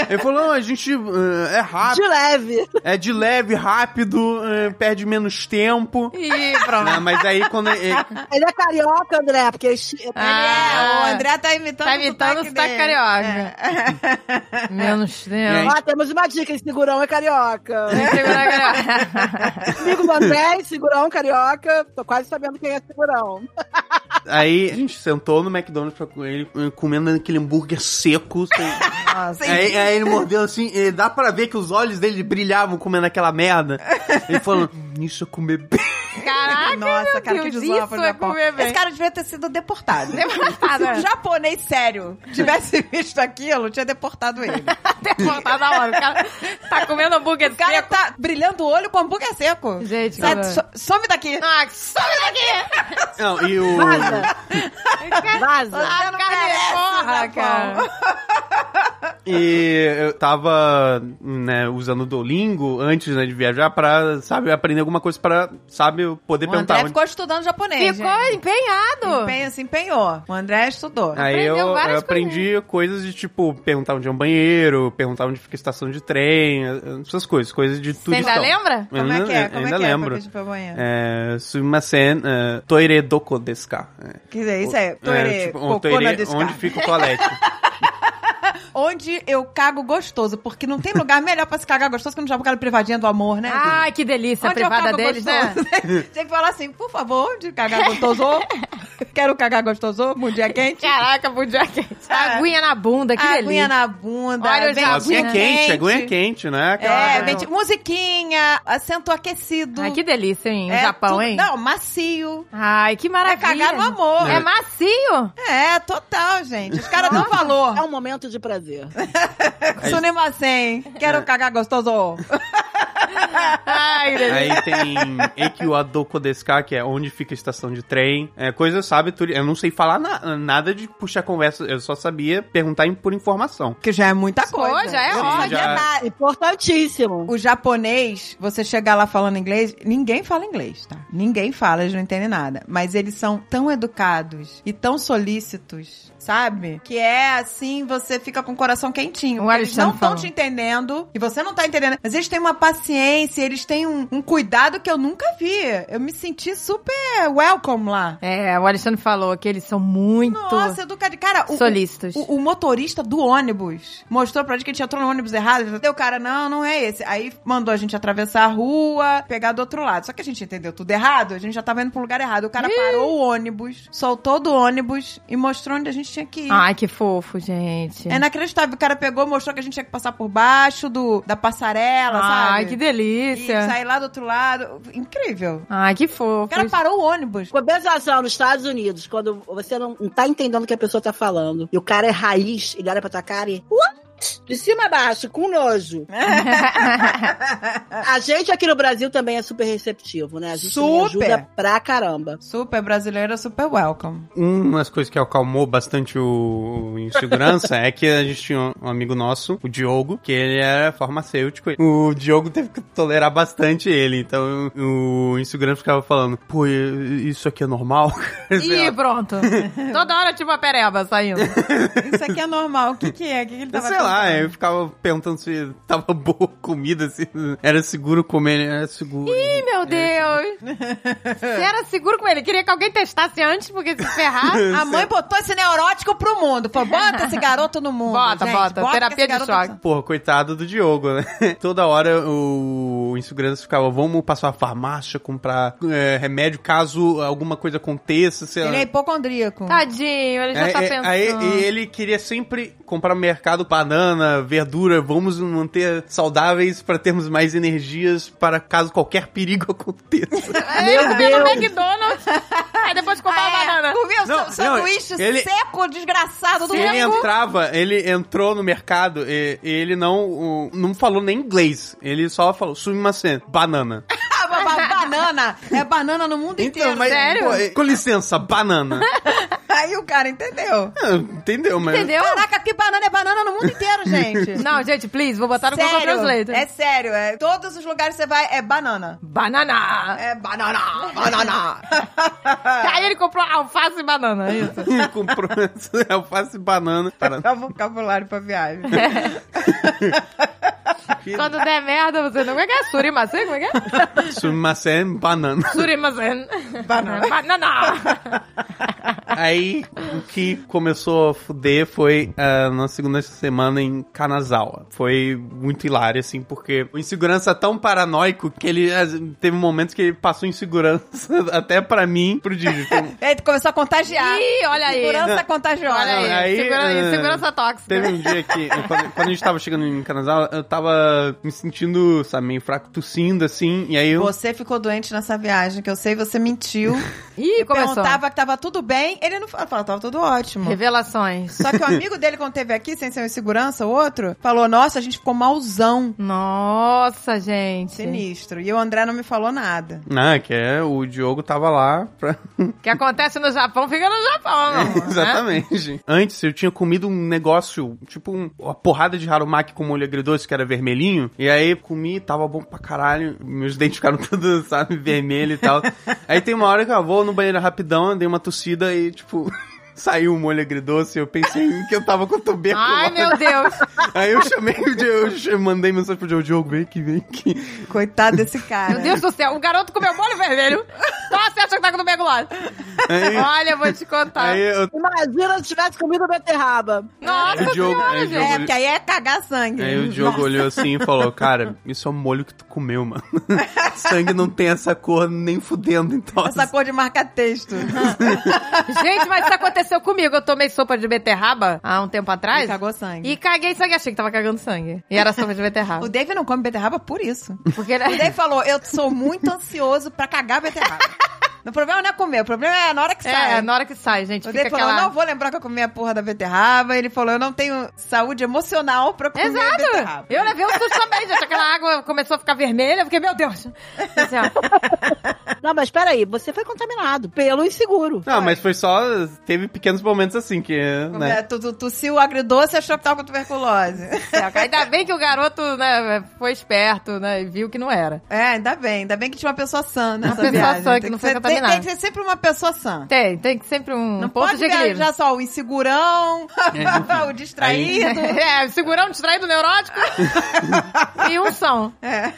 S4: é- Ele falou, não, a gente eh, é rápido,
S3: De leve.
S4: é de leve, rápido, eh, perde menos tempo.
S1: Ih, pronto.
S4: Né, mas aí quando ele-
S3: Ele é carioca, André, porque ele chi-
S2: Ele
S1: Ah,
S2: é, o André tá imitando
S1: tá imitando o sotaque É.
S2: dele. É,
S1: carioca. Menos tempo.
S3: Ó, Ah, temos uma dica, esse segurão é carioca.
S1: Segurar carioca.
S3: Amigo do André, segurão carioca. Tô quase sabendo quem é segurão.
S4: Aí a gente sentou no McDonald's pra comer, ele eh, comendo aquele hambúrguer seco, sem,
S2: é, Nossa,
S4: Aí, aí ele mordeu assim, e dá pra ver que os olhos dele brilhavam comendo aquela merda. Ele falando, "Hum, isso é comer bem.
S1: Caraca,
S2: Nossa,
S1: meu
S2: cara, que
S1: Deus,
S2: visual
S1: isso
S2: foi
S1: é
S2: Japão.
S1: comer bem.
S2: Esse cara devia ter sido deportado.
S1: Deportado, é.
S2: Se um japonês sério tivesse visto aquilo, tinha deportado ele.
S1: Até voltar da hora. O cara tá comendo hambúrguer
S2: O cara
S1: seco.
S2: tá brilhando o olho com hambúrguer seco.
S1: Gente,
S2: Sai,
S1: cara.
S2: so- some daqui.
S1: Ah, some daqui!
S4: Não, e o.
S3: Vaza.
S1: Ah,
S2: não
S1: cara,
S2: merece,
S1: porra,
S2: Japão.
S1: cara.
S4: E eu tava, né, usando o Duolingo antes, né, de viajar pra, sabe, aprender alguma coisa pra, sabe, eu poder
S2: O
S4: perguntar.
S2: André
S4: onde-
S2: ficou estudando japonês.
S1: Ficou
S2: gente.
S1: empenhado.
S2: Empenha, se empenhou. O André estudou.
S4: Aí eu,
S1: Aprendeu várias
S4: eu aprendi coisas de, tipo, perguntar onde é um banheiro, perguntar onde fica a estação de trem, essas coisas, coisas de
S1: Você
S4: tudo então.
S1: ainda lembra?
S2: Como é que é? Como
S4: ainda
S2: é que é?
S4: lembro.
S2: pra gente ir pro banheiro?
S4: É, sumimasen, é, toire doko desu ka? É.
S2: Quer dizer, isso é,
S4: É,
S2: toire,
S4: tipo, um
S2: cocô
S4: toire,
S2: na descarga.
S4: onde fica o toalete.
S2: Onde eu cago gostoso, porque não tem lugar melhor pra se cagar gostoso que no Jabucado Privadinha do Amor, né?
S1: Ai, que delícia a
S2: Onde eu
S1: é privada
S2: cago
S1: deles, né?
S2: gostoso? Tem que falar assim, por favor, onde cagar gostoso? Quero cagar gostoso, bom dia quente.
S1: Caraca, podia quente. Aguinha na bunda, É que
S2: É. Aguinha
S1: delícia.
S2: na bunda.
S1: Olha o
S2: vem
S1: Aguinha
S4: aguinha é quente, aguinha quente, né?
S2: É,
S4: Aquela-
S2: vem de- musiquinha, assento aquecido.
S1: Ai, que delícia, hein?
S2: É,
S1: o Japão,
S2: tudo-
S1: hein?
S2: Não, macio.
S1: Ai, que maravilha.
S2: É cagar no amor.
S1: É macio.
S2: É, total, gente. Os caras dão valor.
S3: É um momento de prazer.
S4: É
S2: Sunimasen, quero cagar gostoso.
S1: Ai, que delícia.
S4: Aí tem Eikiwa Dokodeska, que é onde fica a estação de trem. É, coisa, sabe, tudo. Eu não sei falar na- nada de puxar conversa, eu só sabia perguntar em- por informação.
S2: Que já é muita
S1: Pô,
S2: coisa.
S1: já é
S2: Eu não
S1: ótimo.
S2: sabia
S4: Já-
S2: nada.
S3: Importantíssimo.
S2: O japonês, você chegar lá falando inglês, ninguém fala inglês, tá? Ninguém fala, eles não entendem nada. Mas eles são tão educados e tão solícitos, sabe? Que é assim, você fica com o coração quentinho.
S1: O
S2: porque eles
S1: Alexandre
S2: não estão
S1: falou.
S2: te entendendo e você não tá entendendo. Mas eles têm uma paciência, eles têm um, um cuidado que eu nunca vi. Eu me senti super welcome lá.
S1: É, o Alexandre falou que eles são muito
S2: Nossa, educado. Cara, o,
S1: solistas.
S2: o, o motorista do ônibus mostrou pra gente que a gente entrou no ônibus errado. Deu cara, não, não é esse. Aí mandou a gente atravessar a rua, pegar do outro lado. Só que a gente entendeu tudo errado, a gente já tava indo pro lugar errado. O cara parou o ônibus, soltou do ônibus e mostrou onde a gente tinha que ir.
S1: Ai, que fofo, gente.
S2: É inacreditável. O cara pegou, mostrou que a gente tinha que passar por baixo do, da passarela, sabe?
S1: Ai, que delícia.
S2: E sair lá do outro lado. Incrível.
S1: Ai, que
S2: O
S1: fofo.
S2: cara parou o ônibus.
S3: Compensação nos Estados Unidos, quando você não, não tá entendendo o que a pessoa tá falando e o cara é raiz, ele olha pra tua cara e. What? De cima a baixo, com nojo. a gente aqui no Brasil também é super receptivo, né? A gente também
S2: Super.
S3: ajuda pra caramba.
S2: Super brasileiro, super welcome.
S4: Uma das coisas que acalmou bastante o o insegurança é que a gente tinha um- um amigo nosso, o Diogo, que ele era farmacêutico. O Diogo teve que tolerar bastante ele, então o insegurança ficava falando, pô, i- isso aqui é normal?
S1: Ih, pronto. Toda hora tipo uma pereba saindo.
S2: Isso aqui é normal. O que que é? O que, que ele tava
S4: sei lá,
S2: pensando?
S4: eu ficava perguntando se tava boa a comida, se era seguro comer, né? era seguro.
S1: Ih, meu Deus. Você era seguro com ele. Queria que alguém testasse antes, porque se ferrar...
S2: A mãe botou esse neurótico pro mundo. Falou, bota esse garoto no mundo.
S1: Bota,
S2: gente,
S1: bota.
S2: que
S1: Terapia de
S2: esse garoto
S1: choque.
S2: precisa."
S4: Porra, coitado do Diogo, né? Toda hora o insegurança ficava, vamos passar a farmácia, comprar é, remédio caso alguma coisa aconteça, sei lá.
S2: Ele é hipocondríaco.
S1: Tadinho, Tá, ele já
S4: É,
S1: tá
S4: é,
S1: pensando.
S4: aí e ele queria sempre comprar no mercado banana, verdura, vamos nos manter saudáveis para termos mais energias para caso qualquer perigo aconteça.
S1: Meu Deus. no McDonald's. Aí depois comprar
S2: Ah,
S1: uma banana.
S2: Comia é? o
S4: Não,
S2: seu sanduíche
S4: não, ele-
S2: seco, desgraçado do
S4: Ele é-
S2: mundo.
S4: entrava, ele entrou no mercado e, e ele não, o- não falou nem inglês. Ele só falou, sumimasen, banana.
S2: Ah, ba- ba- banana. É banana no
S4: Então,
S2: mundo inteiro.
S1: sério?
S4: eh, com licença, banana.
S2: Aí o cara entendeu.
S4: Ah, entendeu, mas...
S1: Entendeu?
S2: Caraca, que banana é banana no mundo inteiro, gente.
S1: Não, gente, please, vou botar no Google
S2: sério.
S1: Translate.
S2: É sério. É, todos os lugares que você vai, é banana.
S1: Banana.
S2: É banana, banana.
S1: Aí ele comprou alface e banana, é isso.
S4: Comprou alface e banana. Para...
S2: É o vocabulário pra viagem.
S1: Quando der merda, você não... Como é que é? Surimasen? Como é que é?
S4: Sumimasen, banana.
S1: Surimasen.
S2: Banana.
S1: Banana.
S4: Aí, o que começou a fuder foi ah, na segunda semana em Kanazawa. Foi muito hilário, assim, porque o insegurança é tão paranoico que ele ah, teve momentos que ele passou insegurança até pra mim, pro Digi. Foi-
S2: Ele começou a contagiar.
S1: Ih, olha aí.
S2: Segurança
S1: Olha
S2: contagiosa.
S1: aí,
S4: Não, aí,
S1: segura-
S4: eh,
S1: segurança tóxica.
S4: Teve um dia que, quando, quando a gente tava chegando em Kanazawa, eu tava me sentindo, sabe, meio fraco, tossindo, assim, e aí eu...
S2: Você ficou doente nessa viagem, que eu sei, você mentiu.
S1: Ih, começou.
S2: Perguntava que tava tudo bem, ele não falou, tava tudo ótimo.
S1: Revelações.
S2: Só que o amigo dele, quando teve aqui, sem ser um segurança, o outro, falou: Nossa, a gente ficou malzão.
S1: Nossa, gente.
S2: Sinistro. E o André não me falou nada.
S4: Ah, que é, o Diogo tava lá pra...
S1: O que acontece no Japão fica no Japão, meu amor, né?
S4: Exatamente. Antes eu tinha comido um negócio, tipo um- uma porrada de harumaki com molho agridoce, que era vermelhinho. E aí comi, tava bom pra caralho. Meus dentes ficaram todos, sabe, vermelho e tal. aí tem uma hora que eu ah, vou no banheiro rapidão, dei uma tossida e, tipo. Saiu o molho agridoce, eu pensei que eu tava com tuberculose.
S1: Ai, meu Deus.
S4: Aí eu chamei o Diogo, eu mandei mensagem pro Diogo, Diogo, vem aqui, vem aqui.
S2: Coitado desse cara.
S1: Meu Deus do céu, o garoto comeu molho vermelho. Só você acha que tá com tuberculose.
S4: Aí-
S1: Olha, eu vou te contar.
S4: Aí eu...
S3: Imagina se tivesse comido beterraba.
S1: Nossa
S4: O Diogo-
S1: senhora,
S4: é, o
S1: gente.
S4: Diogo-
S2: É, porque aí é cagar sangue.
S4: Aí o Diogo
S2: Nossa.
S4: olhou assim e falou: Cara, isso é um molho que tu comeu, mano. Sangue não tem essa cor nem fudendo, então.
S2: Essa cor de marca-texto.
S1: Gente, mas isso aconteceu comigo. Eu tomei sopa de beterraba há um tempo atrás.
S2: E cagou sangue.
S1: E caguei sangue. Achei que tava cagando sangue. E era sopa de
S2: O
S1: beterraba.
S2: Dave não come beterraba por isso.
S1: Porque
S2: O Dave falou: Eu sou muito ansioso pra cagar beterraba. O problema não é comer, o problema é na hora que sai.
S1: É, na hora que sai, gente,
S2: O
S1: fica
S2: Dave falou,
S1: aquela...
S2: eu não vou lembrar que eu comi a porra da beterraba. Ele falou, eu não tenho saúde emocional pra comer a
S1: Exato!
S2: beterraba.
S1: Eu levei um susto também, gente. Aquela água começou a ficar vermelha. Eu fiquei, meu Deus. Assim, ó.
S3: Não, mas peraí, você foi contaminado pelo inseguro.
S4: Não, mas foi só. Teve pequenos momentos assim que. Né?
S2: É, Tu, tu, tossiu agridoce e achou que tava com tuberculose.
S1: Ainda bem Assim, que o garoto, né, foi esperto, né, e viu que não era.
S2: É, ainda bem. Ainda bem que tinha uma pessoa sã nessa
S1: Uma pessoa
S2: viagem.
S1: sã que
S2: Tem
S1: não foi
S2: ser, tem,
S1: contaminada.
S2: tem que ser sempre uma pessoa sã.
S1: Tem, tem que sempre um
S2: Não
S1: ponto
S2: pode
S1: de equilíbrio.
S2: viajar só o insegurão, o distraído.
S1: É, segurão, distraído, neurótico e um som.
S2: É.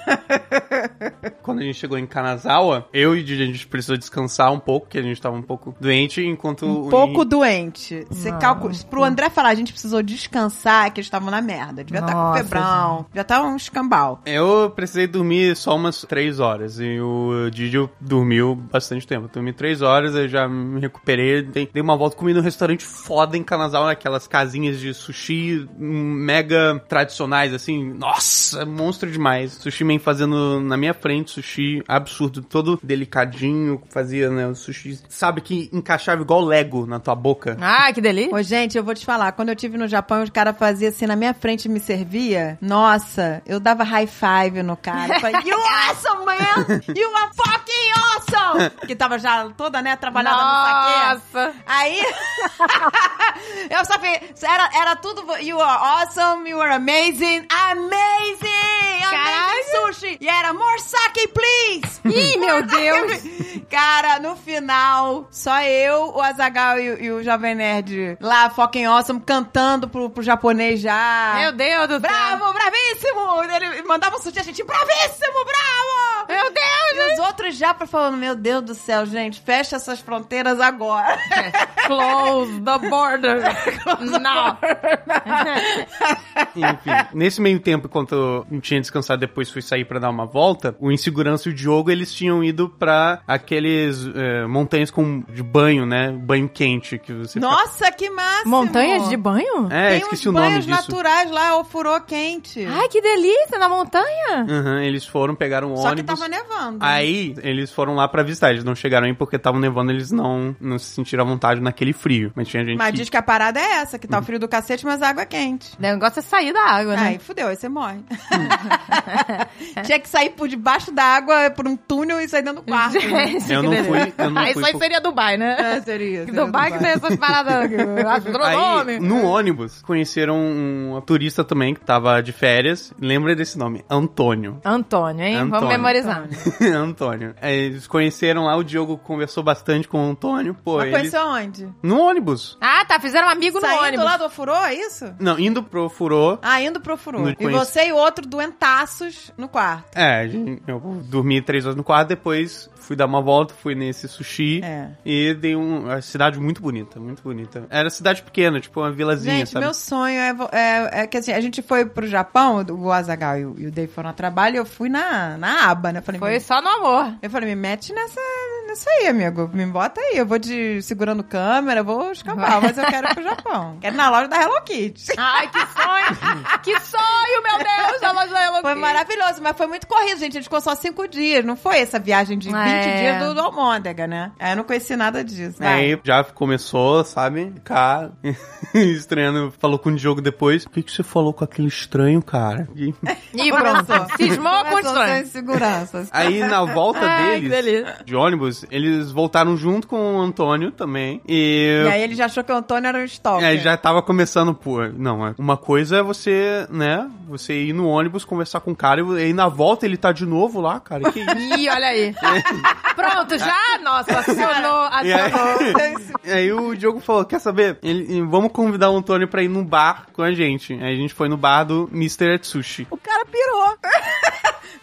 S4: Quando a gente chegou em Kanazawa, eu e o Didi, a gente precisou descansar um pouco, que a gente tava um pouco doente, enquanto. o
S2: Um pouco
S4: Henrique-
S2: doente. Você calcula. Pro André falar, a gente precisou descansar, que eles estavam na merda. Devia estar com
S1: Nossa,
S2: febrão. Já tá um escambau.
S4: É, Eu precisei dormir só umas três horas e o Didi dormiu bastante tempo. Eu dormi três horas, eu já me recuperei, dei dei uma volta, comi num restaurante foda em Kanazawa, naquelas casinhas de sushi hum, mega tradicionais, assim. Nossa, monstro demais. Sushi Man fazendo na minha frente, sushi absurdo, todo delicadinho, fazia, né, o sushi. Sabe que encaixava igual Lego na tua boca?
S1: Ai, que delícia.
S2: Ô, gente, eu vou te falar, quando eu tive no Japão, o cara fazia assim na minha frente e me servia. Nossa, eu dava high five no cara. Eu falei, you awesome, man! You are fucking awesome! Que tava já toda, né, trabalhada no saque. é.
S1: Nossa.
S2: Aí, eu só falei, era, era tudo, you are awesome, you are amazing, amazing, amazing sushi. E era, more sake, please.
S1: Ih, meu
S2: é
S1: Deus.
S2: Cara, no final, só eu, o Azagal e, o- e o Jovem Nerd lá, fucking awesome, cantando pro, pro japonês já.
S1: Meu Deus do céu.
S2: Bravo, bravíssimo! Ele mandava um sushi, a gente, bravíssimo, bravo!
S1: Meu Deus.
S2: E os outros já falando, meu Deus do céu, gente, fecha essas fronteiras agora.
S1: Close the border. Não.
S4: Enfim, nesse meio tempo, enquanto eu tinha descansado depois fui sair pra dar uma volta, o Insegurança e o Diogo, eles tinham ido pra aqueles eh, montanhas com, de banho, né? Banho quente que você... fica-
S2: Nossa, que máximo!
S1: Montanhas de banho?
S4: É,
S2: Tem
S4: esqueci
S2: uns
S4: o nome
S2: banhos
S4: disso.
S2: naturais lá, o furô quente.
S1: Ai, que delícia, na montanha.
S4: Aham, eles foram, pegaram um
S2: Só que
S4: ônibus...
S2: tava nevando.
S4: Aí, eles foram lá pra visitar. Eles não chegaram aí porque estavam nevando, eles não, não se sentiram à vontade naquele frio. Mas tinha gente
S2: Mas
S4: que...
S2: diz que a parada é essa, que tá o frio do cacete, mas a água é quente.
S1: O negócio é sair da água, né?
S2: Aí fudeu, aí você morre. Tinha que sair por debaixo da água, por um túnel e sair dentro do
S1: Ah,
S2: quarto.
S1: Gente,
S4: Eu
S1: que
S4: não
S1: delícia.
S4: fui- eu não
S1: Aí
S4: fui
S1: só
S4: por-
S1: seria Dubai, né?
S2: É, seria, seria
S1: Dubai que tem essas paradas
S4: Aí,
S1: astronômicas.
S4: no ônibus, conheceram uma turista também que tava de férias. Lembra desse nome? Antônio.
S1: Antônio, hein? Vamos
S4: Antônio.
S1: memorizar.
S4: Antônio. É, Eles conheceram lá, o Diogo conversou bastante com o Antônio. Pô,
S2: Mas
S4: ele...
S2: conheceu aonde?
S4: No ônibus.
S1: Ah, tá. Fizeram um amigo
S2: Saindo
S1: no ônibus.
S2: lá do furô, é isso?
S4: Não, indo pro Furô.
S2: Ah, indo pro furô.
S4: Não
S2: E
S4: conheço.
S2: você e o outro doentaços no quarto.
S4: É, a gente- eu dormi três horas no quarto, depois fui dar uma volta, fui nesse sushi.
S2: É.
S4: E dei um. A cidade muito bonita, muito bonita. Era cidade pequena, tipo uma vilazinha,
S2: Gente,
S4: sabe?
S2: meu sonho é, vo- é, é que assim, a gente foi pro Japão, o Azagal e o, e o Dave foram a trabalho, e eu fui na, na aba, né? Eu Falei,
S1: Foi
S2: "Me-
S1: só no amor.
S2: Eu falei, me mete nessa, nessa aí, amigo. Me bota aí. Eu vou de segurando câmera, vou escapar, mas eu quero ir pro Japão. Quero ir na loja da Hello Kitty.
S1: Ai, que sonho! que sonho, meu Deus! é A loja da Hello
S2: Foi
S1: Kitty.
S2: maravilhoso, mas foi muito corrido, gente. A gente ficou só cinco dias. Não foi essa viagem de 20
S1: É.
S2: dias do, do Almôndega, né? É, eu não conheci nada disso. Vai.
S4: Aí já começou, sabe? Cá, estranhando, falou com o Diogo depois. O que, que você falou com aquele estranho, cara? E-
S2: É,
S1: E pronto. Cismou com o
S2: Começou sem
S1: estranho.
S2: seguranças.
S4: Aí na volta
S1: Ai, que
S4: deles,
S1: delícia.
S4: de ônibus, eles voltaram junto com o Antônio também. E.
S2: E aí ele já achou que o Antônio era um stalker.
S4: Aí É, já tava começando, pô. Não, é- uma coisa é você, né? Você ir no ônibus, conversar com o cara, e aí na volta ele tá de novo lá, cara. Que isso?
S1: Ih, olha aí. Pronto, já? Nossa, Ah, tá acionou,
S4: E aí,
S1: acionou.
S4: e aí o Diogo falou, quer saber? Ele- e vamos convidar o Antônio pra ir num bar com a gente. Aí a gente foi no bar do Mr. Tsushi.
S3: O cara pirou.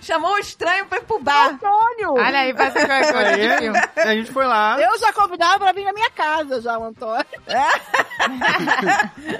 S2: Chamou o estranho pra ir pro bar.
S3: Antônio!
S1: Olha aí, parece que é coisa de
S4: Aí
S1: filme.
S4: a gente foi lá,
S3: Eu já convidava pra vir na minha casa já, o Antônio.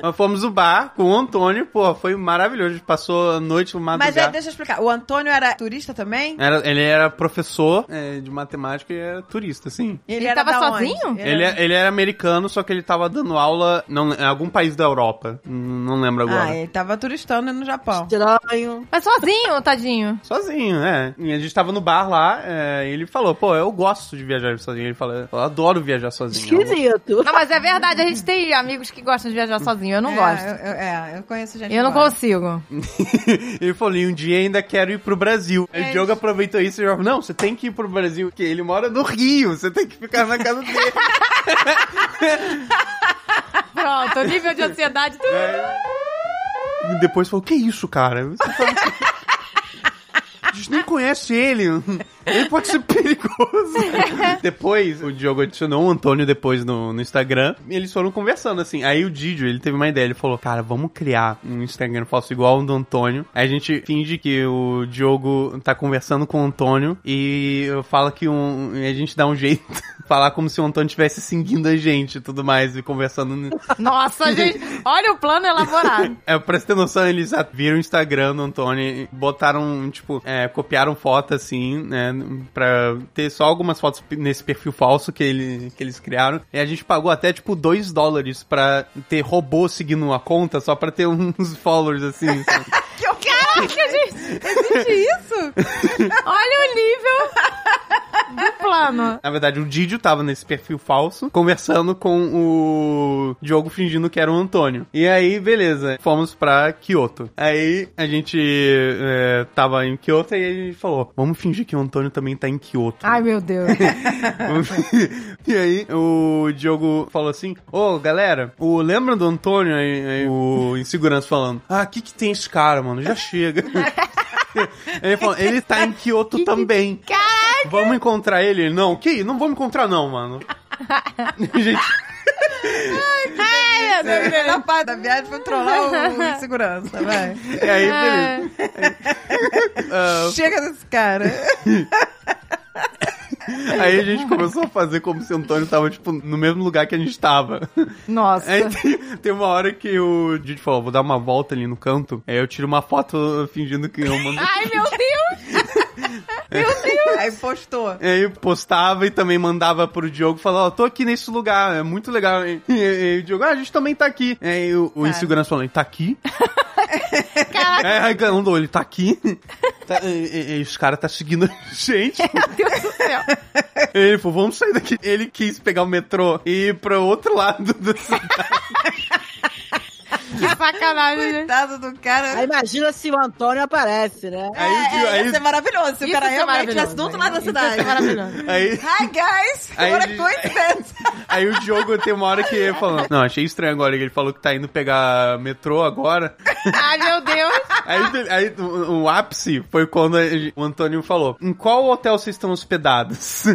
S4: nós fomos no bar com o Antônio, pô, foi maravilhoso. A gente passou a noite, o
S2: Mas aí,
S4: madrugada.
S2: deixa eu explicar. O Antônio era turista também?
S4: Era, ele era professor é, de matemática e era turista, sim.
S1: Ele
S2: era
S1: tava
S2: da onde?
S1: sozinho?
S4: Ele, é- ele era americano, só que ele tava dando aula não, em algum país da Europa. N- Não lembro agora.
S2: Ah, ele tava turistando no Japão.
S3: Estranho.
S1: Mas sozinho, tadinho.
S4: Sozinho, né? E a gente tava no bar lá, é, e ele falou, pô, eu gosto de viajar sozinho. Ele falou, eu adoro viajar sozinho.
S3: Esquisito.
S1: Não, mas é verdade, a gente tem amigos que gostam de viajar sozinho. Eu não
S2: É,
S1: gosto.
S2: eu- eu- é, eu conheço gente
S1: Eu não
S2: gosto.
S1: consigo.
S4: ele falou, e um dia ainda quero ir pro Brasil. Aí
S2: É,
S4: o Diogo
S2: gente.
S4: aproveitou isso e falou, não, você tem que ir pro Brasil, porque ele mora no Rio, você tem que ficar na casa dele.
S1: Pronto, nível de ansiedade.
S4: É. E depois falou, que isso, cara? Você tá- A gente nem conhece ele. Ele pode ser perigoso. depois, o Diogo adicionou o Antônio depois no, no Instagram. E eles foram conversando, assim. Aí o Didio, ele teve uma ideia. Ele falou, cara, vamos criar um Instagram falso igual o do Antônio. Aí a gente finge que o Diogo tá conversando com o Antônio. E fala que um, a gente dá um jeito. de Falar como se o Antônio estivesse seguindo a gente e tudo mais. E conversando no-
S1: Nossa, gente. Olha o plano elaborado.
S4: é, pra você ter noção, eles ah, viram o Instagram do Antônio e botaram, tipo, é, copiaram foto assim, né? Pra ter só algumas fotos p- nesse perfil falso que, ele, que eles criaram. E a gente pagou até, tipo, 2 dólares pra ter robô seguindo a conta só pra ter uns followers assim. sabe?
S1: Caraca, gente. Existe isso? Olha o nível do plano.
S4: Na verdade, o Didio tava nesse perfil falso, conversando com o Diogo fingindo que era o Antônio. E aí, beleza, fomos pra Kyoto. Aí a gente é, tava em Kyoto e a gente falou: vamos fingir que o Antônio também tá em Kyoto.
S1: Ai, meu Deus.
S4: e aí o Diogo falou assim: Ô galera, o, lembra do Antônio aí, aí o insegurança falando: Ah, o que, que tem esse cara, mano? Já chega. ele falou: Ele tá em Kyoto também. Caraca! Vamos encontrar ele? Ele, Não, que? Não vamos encontrar, não, mano. Gente,
S1: Ai, meu Deus.
S2: Na parte da viagem foi trollar o o segurança, vai.
S4: e aí, beleza.
S1: É,
S4: Ah,
S2: Chega desse cara.
S4: aí a gente começou a fazer como se o Antônio tava, tipo, no mesmo lugar que a gente tava.
S1: Nossa.
S4: Aí tem, tem uma hora que o Didi falou, vou dar uma volta ali no canto. Aí eu tiro uma foto fingindo que eu mando.
S1: Ai, meu Deus.
S2: Aí postou.
S4: Aí É, eu postava e também mandava pro Diogo falar, ó, tô aqui nesse lugar, é muito legal. E, e- e o Diogo, ah, a gente também tá aqui. Aí o, o insegurança falou, ele tá aqui?
S1: Caraca.
S4: Aí aí, andou, ele tá aqui? Tá, e- e- e os caras tá seguindo a gente.
S1: Meu Deus do céu.
S4: Ele falou, vamos sair daqui. Ele quis pegar o metrô e ir pro outro lado da cidade.
S1: Que sacanagem, gente.
S2: Coitado do cara.
S3: Aí imagina se o Antônio aparece, né?
S4: Aí, o Diogo-
S2: é,
S4: aí-
S2: ia ser maravilhoso né? se o
S1: Isso
S2: cara
S1: ia ser
S2: realmente
S1: maravilhoso,
S2: tivesse do outro lado da
S1: isso ia
S2: cidade.
S1: ser maravilhoso.
S4: aí,
S2: Hi, guys! é
S4: Aí
S2: What a
S4: ele-
S2: coincidence!
S4: Aí o Diogo tem uma hora que ele falou, não, achei estranho agora que ele falou que tá indo pegar metrô agora.
S1: Ai, meu Deus.
S4: Aí, te- aí o, o ápice foi quando a gente- o Antônio falou, em qual hotel vocês estão hospedados?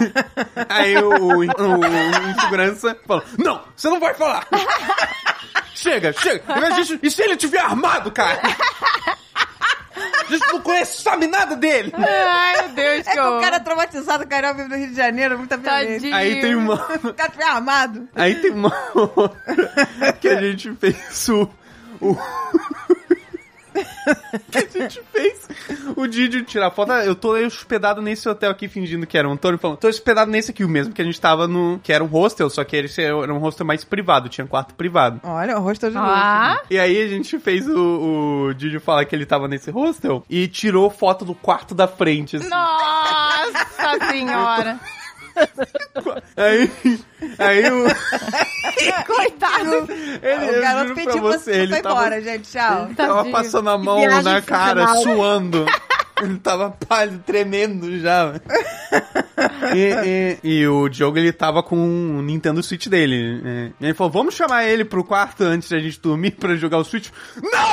S4: aí o, o, o- o segurança falou, não, você não vai falar. chega, chega. Imagina, e se ele tiver armado, cara? gente não conhece, sabe nada dele.
S1: Ai, meu Deus,
S2: É que o
S1: horror.
S2: cara traumatizado, caralho, vive do Rio de Janeiro, muita violência.
S1: Tadinho.
S4: Aí tem uma.
S2: O cara foi armado.
S4: Aí tem uma outra que a gente fez o. o- que a gente fez o Didi tirar foto. Ah, Eu tô hospedado nesse hotel aqui, fingindo que era um Antônio, falando, tô hospedado nesse aqui, o mesmo que a gente tava no. que era um hostel, só que esse era um hostel mais privado, tinha quarto privado.
S2: Olha, o rosto de luz.
S1: Ah,
S4: E aí a gente fez o, o Didi falar que ele tava nesse hostel e tirou foto do quarto da frente. assim.
S1: nossa senhora.
S4: Aí, aí o.
S1: Coitado.
S4: Ele,
S2: o garoto
S4: pediu
S2: pediu pra você,
S4: ele
S2: foi
S4: tava-
S2: embora, gente. Tchau.
S4: Ele tava
S1: Tadinho.
S4: passando a mão
S3: viagem
S4: na cara,
S3: infernal.
S4: suando. ele tava pálido, tremendo já. E, e- e o Diogo, ele tava com o Nintendo Switch dele. é. E ele falou, vamos chamar ele pro quarto antes da gente dormir pra jogar o Switch. Não!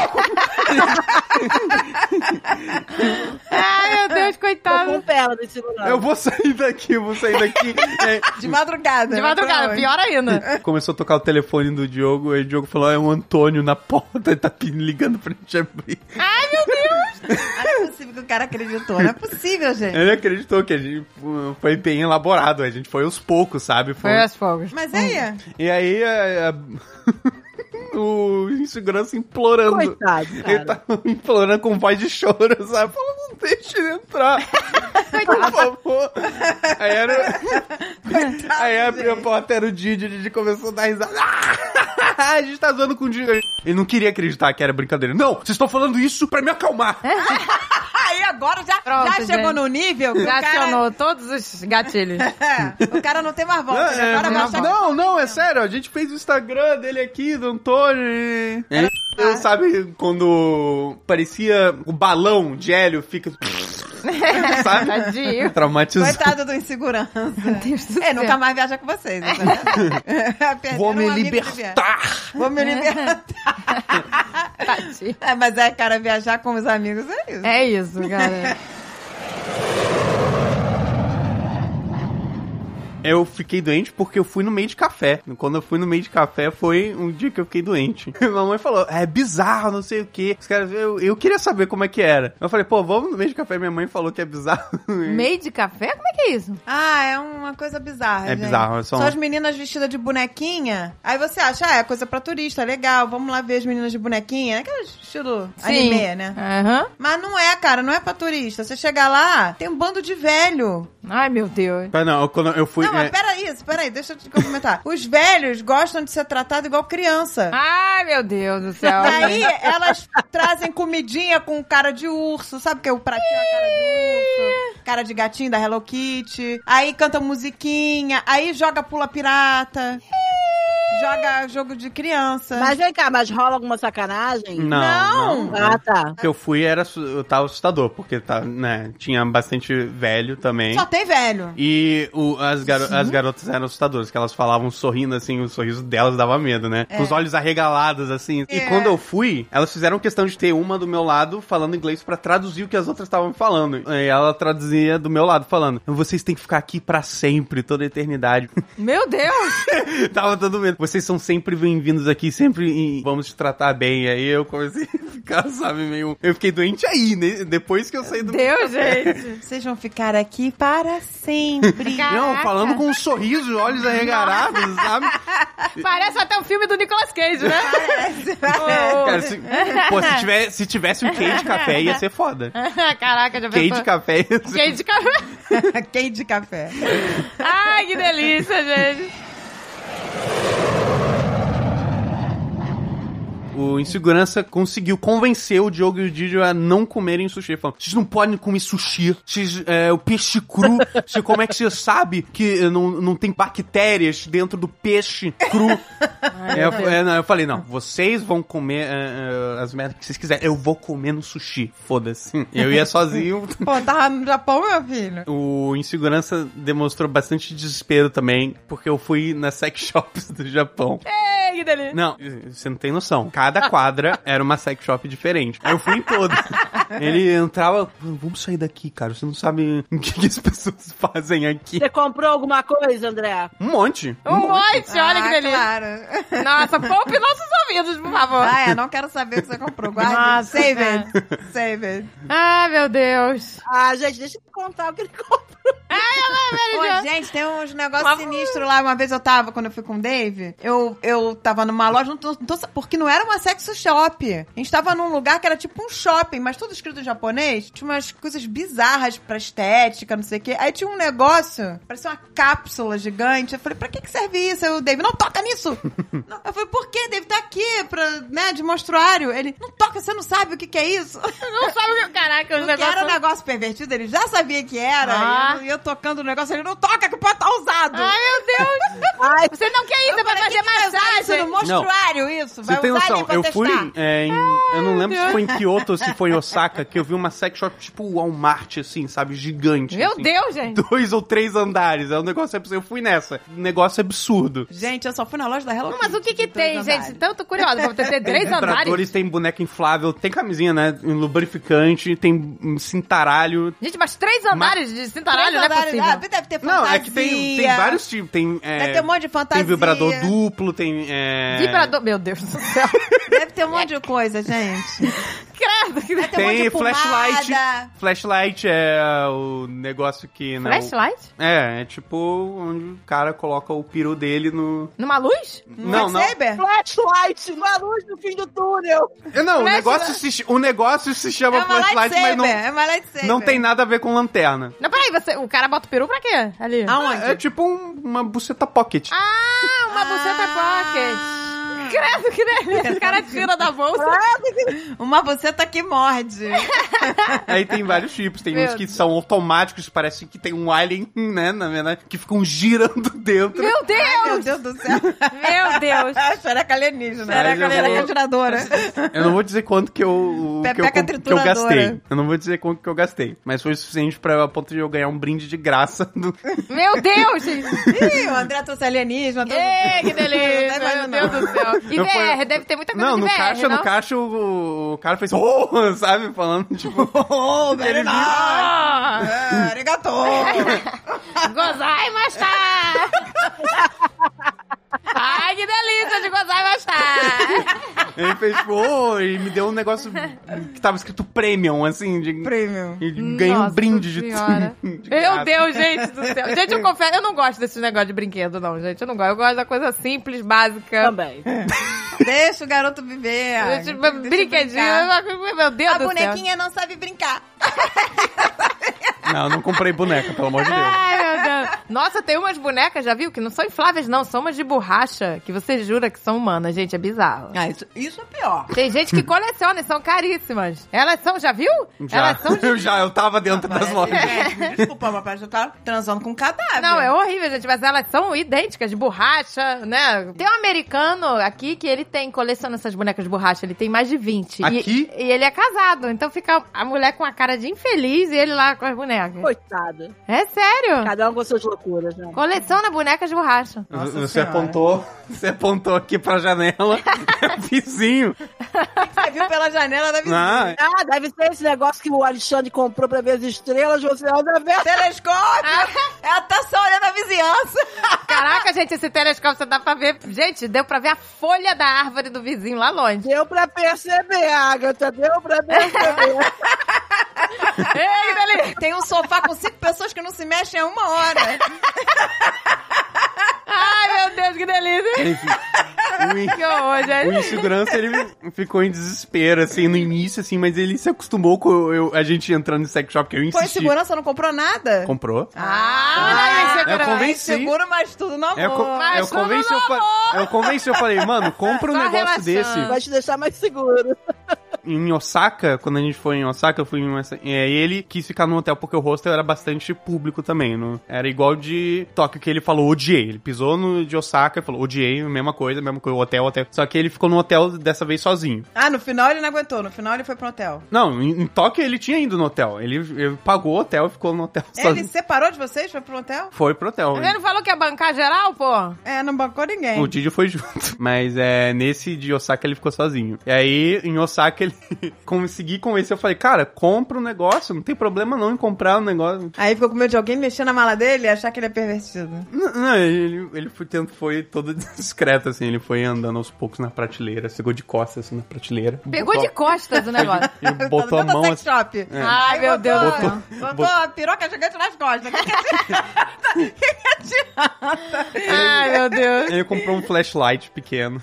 S1: Ai, meu Deus,
S3: Tô com
S2: Tá
S1: coitado.
S3: perna nesse segurança.
S4: Eu vou sair daqui, eu vou sair daqui. É.
S2: De madrugada.
S1: De
S2: né? Pra
S1: madrugada,
S2: onde? Tá
S1: pior ainda.
S4: Começou a tocar o telefone do Diogo, e o Diogo falou, "Ah, é o Antônio na porta, ele tá pin- ligando pra gente abrir.
S2: Ah, Não é possível que o cara acreditou. Não é possível, gente.
S4: Ele acreditou que a gente foi bem elaborado, a gente foi aos poucos, sabe?
S1: Foi as fogos.
S2: Mas aí,
S1: Hum.
S4: E aí, a- a- o insegurança implorando.
S3: Coitado,
S4: Ele
S3: cara.
S4: tá implorando com voz de choro, sabe? Falando, não deixa ele entrar. Por favor. Aí era. aí abriu a porta, era o Didi, o Didi começou a dar risada. Ah, a gente tá zoando com o Didi. Ele não queria acreditar que era brincadeira. Não, vocês estão falando isso pra me acalmar.
S2: aí agora já,
S1: Pronto,
S2: já chegou
S1: gente.
S2: no nível que o
S1: Já
S2: cara,
S1: acionou todos os gatilhos.
S2: o cara não tem mais volta.
S4: Não,
S2: né?
S4: é,
S2: Agora vai achar
S4: não,
S2: que-
S4: não, não, é sério. A gente fez o Instagram dele aqui, do Antônio. e- Eu, sabe quando parecia o balão de hélio fica. sabe?
S1: Tadinho.
S4: Traumatizado.
S2: Coitado do insegurança.
S1: Meu Deus do
S2: É,
S1: céu.
S2: nunca mais viaja com vocês. entendeu?
S4: Vou
S2: Perderam um
S4: me
S2: amigo de viagem.
S4: libertar!
S2: Vou me libertar.
S1: Tadinho.
S2: É, mas é, cara, viajar com os amigos é isso.
S1: É isso, cara.
S4: Eu fiquei doente porque eu fui no meio de café. Quando eu fui no meio de café, foi um dia que eu fiquei doente. Mamãe falou, é bizarro, não sei o quê. Os caras, eu, eu queria saber como é que era. Eu falei, pô, vamos no meio de café. Minha mãe falou que é bizarro.
S1: Meio de café? Como é que é isso?
S2: Ah, é uma coisa bizarra.
S4: É
S2: gente.
S4: bizarro, é só
S2: São...
S4: um-
S2: as meninas vestidas de bonequinha. Aí você acha, ah, é coisa pra turista, legal, vamos lá ver as meninas de bonequinha. Aquele estilo anime, né?
S1: Aham.
S2: Mas não é, cara, não é pra turista. Você chega lá, tem um bando de velho.
S1: Ai, meu Deus.
S4: Mas não, quando eu fui...
S2: não, mas
S4: é-
S2: peraí, peraí, deixa eu te complementar. Os velhos gostam de ser tratado igual criança.
S1: Ai, meu Deus do céu.
S2: Daí elas trazem comidinha com cara de urso, sabe que é o pratinho a cara de urso, cara de gatinho da Hello Kitty. Aí canta musiquinha, aí joga pula pirata. Joga jogo de criança.
S3: Mas vem cá, mas rola alguma sacanagem?
S4: não,
S2: Não.
S4: não.
S3: Ah, tá.
S4: que eu fui era assu- eu tava assustador, porque tá, né, tinha bastante velho também.
S2: Só tem velho.
S4: E o- as, garo- as garotas eram assustadoras, que elas falavam sorrindo assim, o sorriso delas dava medo, né? Com os olhos arregalados assim. E
S2: É.
S4: quando eu fui, elas fizeram questão de ter uma do meu lado falando inglês pra traduzir o que as outras estavam falando. E ela traduzia do meu lado falando: "Vocês têm que ficar aqui pra sempre, toda a eternidade".
S1: Meu Deus.
S4: Tava todo medo. Vocês são sempre bem-vindos aqui, sempre e vamos te tratar bem. E aí eu comecei a ficar, sabe, meio. Eu fiquei doente aí, né? Depois que eu saí do.
S1: Deus, gente.
S2: Vocês vão ficar aqui para sempre.
S4: Não,
S1: Caraca.
S4: falando com um sorriso, olhos arregalados, sabe?
S1: Parece até um filme do Nicolas Cage, né? Ô, ô.
S4: Cara, se, pô, se tivesse, se tivesse um queijo de café, ia ser foda.
S1: Caraca, já
S4: Queijo
S1: pensou?
S4: de café ia ser...
S1: Queijo de café.
S2: Quem de café?
S1: Ai, que delícia, gente.
S4: O Insegurança conseguiu convencer o Diogo e o Didi a não comerem sushi. Falando, vocês não podem comer sushi, vocês, é, o peixe cru, você, como é que você sabe que eh, não, não tem bactérias dentro do peixe cru? É, eu, é, não, eu falei, não, vocês vão comer eh, eh, as merdas que vocês quiserem, eu vou comer no sushi, foda-se. Eu ia sozinho,
S2: Pô, tava no Japão, meu filho.
S4: O Insegurança demonstrou bastante desespero também, porque eu fui nas sex shops do Japão.
S1: Ei, que delícia.
S4: Não, você não tem noção. Cada quadra era uma sex shop diferente. Eu fui em todas. Ele entrava, vamos sair daqui, cara. Você não sabe o que, que as pessoas fazem aqui.
S3: Você comprou alguma coisa, André?
S4: Um monte.
S1: Um monte, olha que
S2: Ah,
S1: delícia.
S2: Claro.
S1: Nossa, poupe nossos resolvidos, por favor.
S2: Ah, é, não quero saber o que você comprou. Guarde.
S1: Nossa,
S2: Save
S1: é.
S2: it. Save it.
S1: Ah, meu Deus.
S3: Ah, gente, deixa eu contar o que ele comprou.
S2: Pô, gente, tem uns negócios
S1: Mas-
S2: sinistros lá. Uma vez eu tava, quando eu fui com o Dave, eu, eu tava numa loja, não tô, não tô sa- porque não era uma sexo shop. A gente tava num lugar que era tipo um shopping, mas tudo escrito em japonês. Tinha umas coisas bizarras pra estética, não sei o quê. Aí tinha um negócio, parecia uma cápsula gigante. Eu falei, pra que que serve isso? Aí o Dave, não toca nisso! Não. Eu falei, por que, Dave? Tá aqui, pra, né, de monstruário. Ele, não toca, você não sabe o que que é isso?
S1: Não sabe o que. Caraca, o
S2: Porque
S1: negócio.
S2: era um negócio pervertido, ele já sabia que era.
S1: Ah.
S2: E eu, eu tocando o negócio, ele não toca, que pode estar usado.
S1: Ai, meu Deus.
S3: Ai,
S1: Você não quer isso, é pra
S2: Cara,
S1: fazer
S2: quem que vai usar Isso no
S1: massagem.
S2: monstruário, isso. Vai
S4: Você tem
S2: usar ali
S4: noção,
S2: pra
S4: eu
S2: testar.
S4: fui é, em- Eu não lembro se foi em Kyoto ou se foi em Osaka, que eu vi uma sex shop tipo Walmart, assim, sabe? Gigante.
S1: Meu
S4: assim.
S1: Deus, gente.
S4: Dois ou três andares. É um negócio absurdo. Eu fui nessa. Um negócio absurdo.
S2: Gente, eu só fui na loja da Hello
S1: Mas o que que
S2: Kitty, então,
S1: tem,
S2: dois
S1: gente?
S2: andares.
S1: Tanto curiosa pra você ter três andares.
S4: Vibradores, tem boneca inflável, tem camisinha, né? em Lubrificante, tem hum, cintaralho.
S1: Gente, mas três andares de cintaralho
S2: Três
S1: não é
S2: andares,
S1: possível.
S2: ah, deve ter fantasia.
S4: Não, é que tem, tem vários tipos. Tem, é,
S2: Deve ter um monte de fantasia.
S4: tem vibrador duplo, tem. É,
S1: Vibrador. Meu Deus do céu.
S2: Deve ter um monte de coisa, gente.
S1: Credo. Que...
S2: um monte
S4: Tem
S2: de
S4: flashlight.
S2: pomada.
S4: Flashlight é o negócio que. Né, o-
S1: Flashlight?
S4: É, é tipo onde o cara coloca o peru dele no.
S1: Numa luz?
S2: Um
S4: Não, não.
S1: É.
S2: Saber?
S3: flashlight, uma luz no fim do túnel.
S4: É, Não, o
S1: Flash-
S4: negócio, se, ch- o negócio se
S2: É
S4: chama
S2: uma
S4: flashlight,
S2: lightsaber.
S4: mas não,
S2: É uma lightsaber.
S4: não tem nada a ver com lanterna.
S1: Não, peraí, você, o cara bota o peru pra quê? Ali.
S2: Aonde?
S4: É tipo um- uma buceta pocket.
S1: Ah, uma buceta pocket. Credo, que delícia. O cara tira da bolsa.
S2: Uma buceta que morde.
S4: Aí tem vários tipos. Tem
S1: Meu
S4: uns que
S1: Deus.
S4: são automáticos, parece que tem um alien, né? Na verdade, que ficam girando dentro.
S1: Meu
S2: Meu
S1: Deus!
S2: Deus do céu.
S1: Meu Deus!
S2: Xereca alienígena.
S4: Mas eu
S2: Xereca
S4: vou-
S2: tiradora.
S4: Eu não vou dizer quanto que eu, o que eu,
S2: Pepeca
S4: comp- que eu
S2: trituradora.
S4: gastei. Eu não vou dizer quanto que eu gastei. Mas foi o suficiente pra a ponto de eu ganhar um brinde de graça. do-
S1: Meu Deus! gente.
S2: Ih, o André trouxe alienígena. todo-
S1: Ei, que delícia!
S2: Não tá
S1: Meu
S2: imaginando.
S1: Deus do céu! E
S4: Eu fui-
S1: VR, deve ter muita coisa
S4: Não,
S1: de
S4: no
S1: VR,
S4: caixa,
S1: não?
S4: no caixa o, o cara fez oh, sabe? Falando, tipo,
S2: Oh,
S4: Ele
S2: very
S4: viu-
S2: nice.
S1: Ah,
S2: É, Arigato.
S1: gozai machar! Ai, que delícia de gozai machar!
S4: ele fez tipo, oh, e me deu um negócio que tava escrito premium, assim, de,
S2: Premium.
S4: e ganhei um
S1: Nossa
S4: brinde de,
S1: Senhora.
S4: de graça.
S1: Meu Deus, gente do céu. Gente, eu confesso, eu não gosto desse negócio de brinquedo, não, gente. Eu não gosto. Eu gosto da coisa simples, básica.
S3: Também.
S1: É.
S2: Deixa o garoto viver.
S1: Eu,
S2: Ari.
S1: tipo,
S2: Deixa ele
S1: brinquedinho,
S2: brincar.
S1: meu Deus
S2: A
S1: do céu.
S2: bonequinha não sabe brincar.
S4: Não, eu não comprei boneca, pelo amor de Deus.
S1: Ai, meu Deus. Nossa, tem umas bonecas, já viu? Que não são infláveis, não. São umas de borracha, que você jura que são humanas, gente. É bizarro.
S2: Ah, isso, isso é pior.
S1: Tem gente que coleciona e são caríssimas. Elas são, já viu?
S4: Já,
S1: Elas são de...
S4: eu já, eu tava dentro das lojas.
S2: É, desculpa, papai, você tá transando com um cadáver.
S1: Não, é horrível, gente, mas elas são idênticas, de borracha, né? Tem um americano aqui que ele tem, coleciona essas bonecas de borracha, ele tem mais de 20. E-
S4: Aqui?
S1: E, ele é casado, então fica a mulher com a cara de infeliz e ele lá com as bonecas.
S3: Coitado.
S1: É sério.
S3: Cada um com suas loucuras, né?
S1: Coleciona bonecas de borracha.
S2: Nossa
S4: você
S2: Senhora.
S4: apontou, você apontou aqui pra janela, é vizinho.
S2: Você viu pela janela da vizinha.
S4: Ah,
S3: Ah, deve ser esse negócio que o Alexandre comprou pra ver as estrelas, você anda vendo.
S2: Telescópio! Ela tá só olhando a vizinhança.
S1: Caraca, gente, esse telescópio você dá pra ver. Gente, deu pra ver a folha da árvore do vizinho lá longe.
S3: Deu pra perceber, Agatha, deu pra
S1: Ah.
S3: perceber.
S1: Ei, Dali!
S2: Tem um sofá com cinco pessoas que não se mexem há uma hora.
S1: Ai, meu Deus, que delícia!
S4: é, enfim. O in-
S1: Que horror,
S4: O
S1: gente.
S4: insegurança, ele ficou em desespero, assim, no início, assim, mas ele se acostumou com eu- a gente entrando em sex shop, que eu
S2: Foi
S4: insisti.
S2: segurança, não comprou nada?
S4: Comprou.
S1: Ah, olha aí,
S4: eu
S1: segurança.
S4: convenci.
S2: Seguro, mas tudo no amor.
S4: Eu, É co-
S1: Mas
S4: eu
S1: tudo
S4: convenci, eu,
S1: no
S4: fa- eu convenci, eu falei, mano, compra um
S1: Só
S4: negócio
S1: relaxando.
S4: desse.
S3: Vai te deixar mais seguro.
S4: Em Osaka, quando a gente foi em Osaka, eu fui em uma... é, ele quis ficar no hotel porque o hostel era bastante público também, não? Era igual de Tóquio, que ele falou, odiei. Ele pisou no de Osaka e falou, odiei, mesma coisa, mesma coisa, hotel, hotel. Só que ele ficou no hotel dessa vez sozinho.
S2: Ah, no final ele não aguentou. No final ele foi pro hotel.
S4: Não, em, em Tóquio ele tinha ido no hotel. Ele, ele pagou o hotel e ficou no hotel
S1: É,
S2: Ele
S4: sozinho.
S2: separou de vocês? Foi pro hotel?
S4: Foi pro hotel.
S1: Ele não falou que ia bancar geral, pô?
S2: É, não bancou ninguém.
S4: O Didi foi junto. Mas é, nesse de Osaka ele ficou sozinho. E aí, em Osaka, ele consegui convencer. Eu falei, cara, compra o negócio, não tem problema não em comprar o negócio.
S2: Aí ficou com medo de alguém mexer na mala dele e achar que ele é pervertido.
S4: Não, não, ele, ele foi, tendo- foi todo discreto, assim. Ele foi andando aos poucos na prateleira, chegou de costas, assim, na prateleira.
S1: Pegou de Tá
S4: botou-
S1: costas o negócio.
S4: E botou a
S2: Todo
S4: mão
S2: sex
S4: assim.
S2: shop.
S4: É.
S1: Ai, meu Deus. do
S2: Botou,
S1: céu.
S2: botou
S4: Botou-
S2: a piroca gigante nas costas. Que que é
S1: Ai, meu Deus.
S4: Aí eu comprei um flashlight pequeno.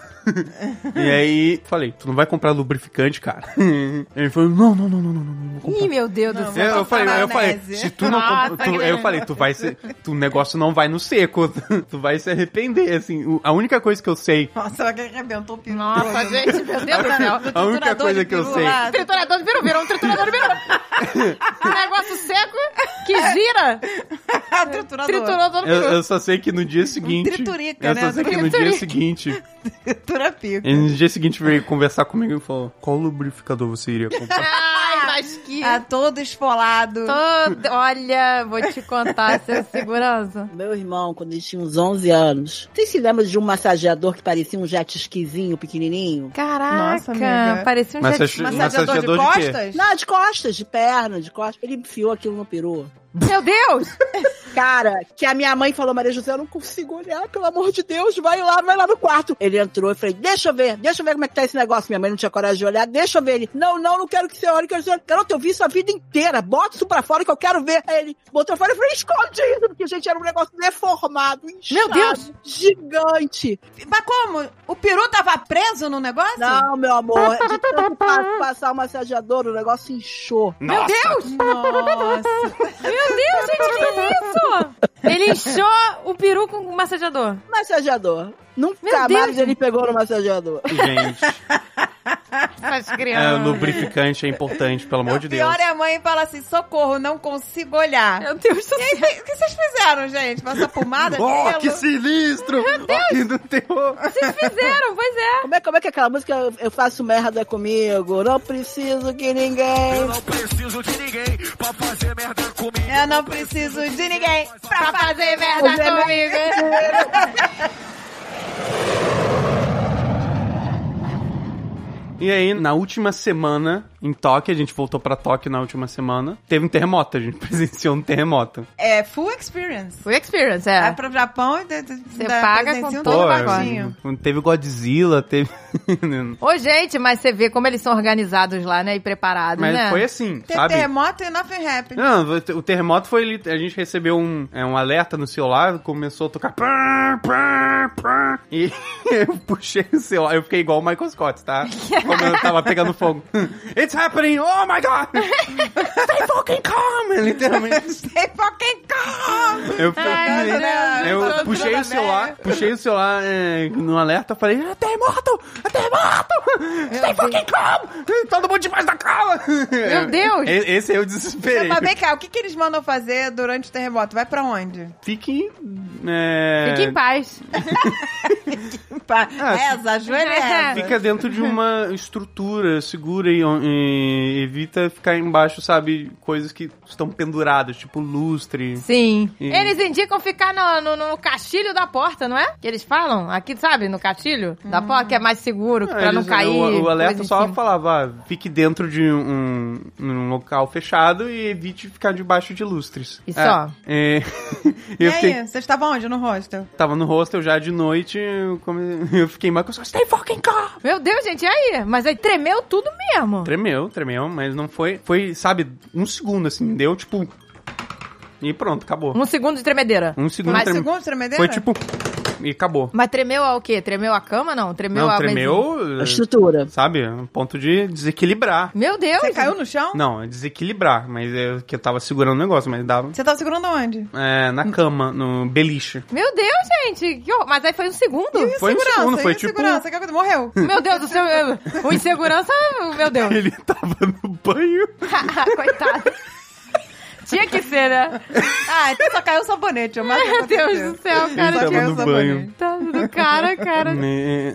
S4: e aí, falei, tu não vai comprar lubrificante, cara? Ele falou, não, não, não, não, não, não, não vou comprar.
S1: Ih, meu Deus do
S2: Não,
S1: céu.
S4: Eu, eu falei,
S2: maionese. Ah,
S4: eu
S2: tá
S4: falei, se tu não
S1: Nossa,
S4: compra- tu-
S1: que-
S4: eu falei, tu vai se, tu, o negócio não vai no seco, tu vai se arrepender, assim, o- a única coisa que eu sei,
S2: Nossa, alguém arrebentou o peru.
S1: Nossa, gente, meu Deus do céu.
S4: a única
S2: É triturador
S4: coisa
S2: de
S4: que eu
S2: peru
S4: sei,
S2: lá.
S1: Triturador de peru, virou um triturador de peru. um negócio seco que gira,
S2: Triturador.
S1: triturou todo o
S4: eu,
S1: peru.
S4: eu só sei que no dia seguinte,
S2: triturica,
S4: eu só
S2: Um né?
S4: sei que no dia
S1: Triturica.
S4: seguinte,
S2: Tritura pico.
S4: ele no dia seguinte veio conversar comigo e falou, qual lubrificador você iria comprar?
S1: Ai, mas que...
S2: Ah, todo esfolado.
S1: Todo... Olha, vou te contar essa segurança.
S3: Meu irmão, quando ele tinha uns 11 anos, vocês se lembram de um massageador que parecia um jet skizinho pequenininho?
S1: Caraca,
S2: Nossa, amiga.
S1: parecia um
S4: Mas
S1: jet ski.
S4: você
S2: Massageador de
S4: Massageador de quê?
S2: costas?
S3: Não, de costas, de perna, de costas. Ele enfiou aquilo no peru.
S1: Meu Deus!
S3: Cara, que a minha mãe falou, Maria José, eu não consigo olhar, pelo amor de Deus, vai lá, vai lá no quarto. Ele entrou e falei, deixa eu ver, deixa eu ver como é que tá esse negócio. Minha mãe não tinha coragem de olhar, deixa eu ver. Ele, não, não, não quero que você olhe, quero que você olhe. Garoto, eu vi isso a vida inteira, bota isso pra fora que eu quero ver. Aí ele botou fora e falei, esconde isso, porque, gente, era um negócio deformado, um inchado,
S1: Meu Deus!
S3: gigante.
S2: Mas como? O peru tava preso no negócio?
S1: assim.
S3: Não, meu amor, de tanto pa- passar o massageador, o negócio inchou.
S1: Meu Deus!
S2: Nossa.
S1: Meu Deus, gente, que é isso? Ele inchou o peru com o massageador.
S3: Massageador. Nunca
S1: Meu Deus!
S3: mais ele pegou no massageador.
S4: Gente,
S1: Essas
S4: é,
S1: crianças.
S4: lubrificante é importante, pelo amor de
S2: o
S4: Deus.
S2: pior é a mãe fala assim, socorro, não consigo olhar.
S1: Meu Deus do
S2: E
S1: céu.
S2: aí, o que vocês fizeram, gente? Passar pomada?
S4: Oh,
S2: gelo?
S4: que sinistro! Ó, que do terror!
S1: Vocês fizeram, pois é.
S3: Como é, como é que é aquela música Eu- Eu Faço Merda Comigo? Não preciso que ninguém.
S6: não preciso de ninguém pra fazer merda comigo.
S2: Eu não preciso de ninguém pra
S1: Pra fazer merda Tá comigo.
S4: E aí, na última semana, em Tóquio, a gente voltou pra Tóquio na última semana, teve um terremoto, a gente presenciou um terremoto.
S2: É full experience.
S1: Foi experience,
S2: Vai
S1: é.
S2: pro Japão e você
S1: paga com todo
S2: todo
S4: é,
S1: o
S2: baguncinho.
S4: teve Godzilla, teve...
S1: Ô, gente, mas você vê como eles são organizados lá, né? E preparados,
S4: Mas
S1: né?
S4: foi assim,
S2: Tem
S4: sabe?
S2: terremoto e nothing happened.
S4: Não, o terremoto foi... ele- A gente recebeu um, é, um alerta no celular, começou a tocar... pá, pá, pá, E eu puxei o celular, eu fiquei igual o Michael Scott, tá? Como eu tava pegando fogo. It's happening! Oh my God! Stay fucking calm! Literalmente.
S2: Tem fucking calm.
S4: Eu, fui-
S1: Ai, meu Deus,
S4: É, né? eu
S1: Ah, tô
S4: puxei
S1: toda
S4: o celular,
S1: velha.
S4: puxei o celular é, no alerta, falei, é terremoto, é terremoto, stay fucking calm, todo mundo debaixo da calma.
S1: Meu Deus. tá
S4: E- Esse é eu
S2: Não,
S4: desesperei.
S2: Mas vem cá, o que, que eles mandam fazer durante o terremoto? Vai pra onde?
S4: Fique, é,
S1: Fique em paz.
S2: Pra...
S4: Ah,
S2: Reza, ajoelha e reza.
S1: né?
S4: Fica dentro de uma estrutura segura e, e evita ficar embaixo, sabe, coisas que estão penduradas, tipo lustre.
S1: Sim.
S4: E-
S1: Eles indicam ficar no, no, no castilho da porta, não é? Que eles falam? Aqui, sabe? No castilho da porta, que é mais seguro, pra não
S4: Ah, eles-
S1: cair.
S4: O, o alerta
S1: coisa em
S4: só
S1: cima.
S4: falava, ah, fique dentro de um, um local fechado e evite ficar debaixo de lustres.
S1: E
S4: Isso.
S1: só?
S4: É,
S2: E
S4: eu
S2: aí,
S4: fiquei,
S2: vocês estavam onde? No hostel?
S4: tava no hostel já de noite, eu, come- eu fiquei mais com stay fucking calm.
S1: Meu Deus, gente, e aí? Mas aí tremeu tudo mesmo.
S4: Tremeu, tremeu, mas não foi, foi, sabe, um segundo assim, deu tipo... E pronto, acabou.
S1: Um segundo de tremedeira.
S4: Um segundo
S1: Mas
S4: tremeu.
S2: Segundo tremedeira?
S4: Foi tipo... E acabou.
S1: Mas tremeu ao quê? Tremeu a cama, não? Tremeu
S4: não,
S1: a
S4: tremeu,
S3: A estrutura.
S4: sabe, a ponto de desequilibrar.
S1: Meu Deus!
S2: Você caiu no chão?
S4: Não, é desequilibrar, mas é que eu tava segurando o negócio, mas dava.
S2: Você tava segurando onde?
S4: É, na cama, no beliche.
S1: Meu Deus, gente! que horror. Mas aí foi um segundo?
S2: E
S4: Foi um
S2: segurança,
S4: segundo,
S2: e
S4: foi
S2: o
S4: tipo-
S2: Segurança, que coisa? Morreu.
S1: Meu Deus do céu! eu- O insegurança, meu Deus!
S4: Ele tava no banho.
S1: Coitado! Tinha que ser, né?
S2: Ah, então só caiu o sabonete. Eu mato
S1: Meu
S2: com certeza.
S1: Deus do céu,
S4: Ele
S1: cara!
S4: tava
S2: tinha
S4: no
S2: sabonete.
S4: banho.
S1: Tá, tudo o cara, cara.
S4: Me-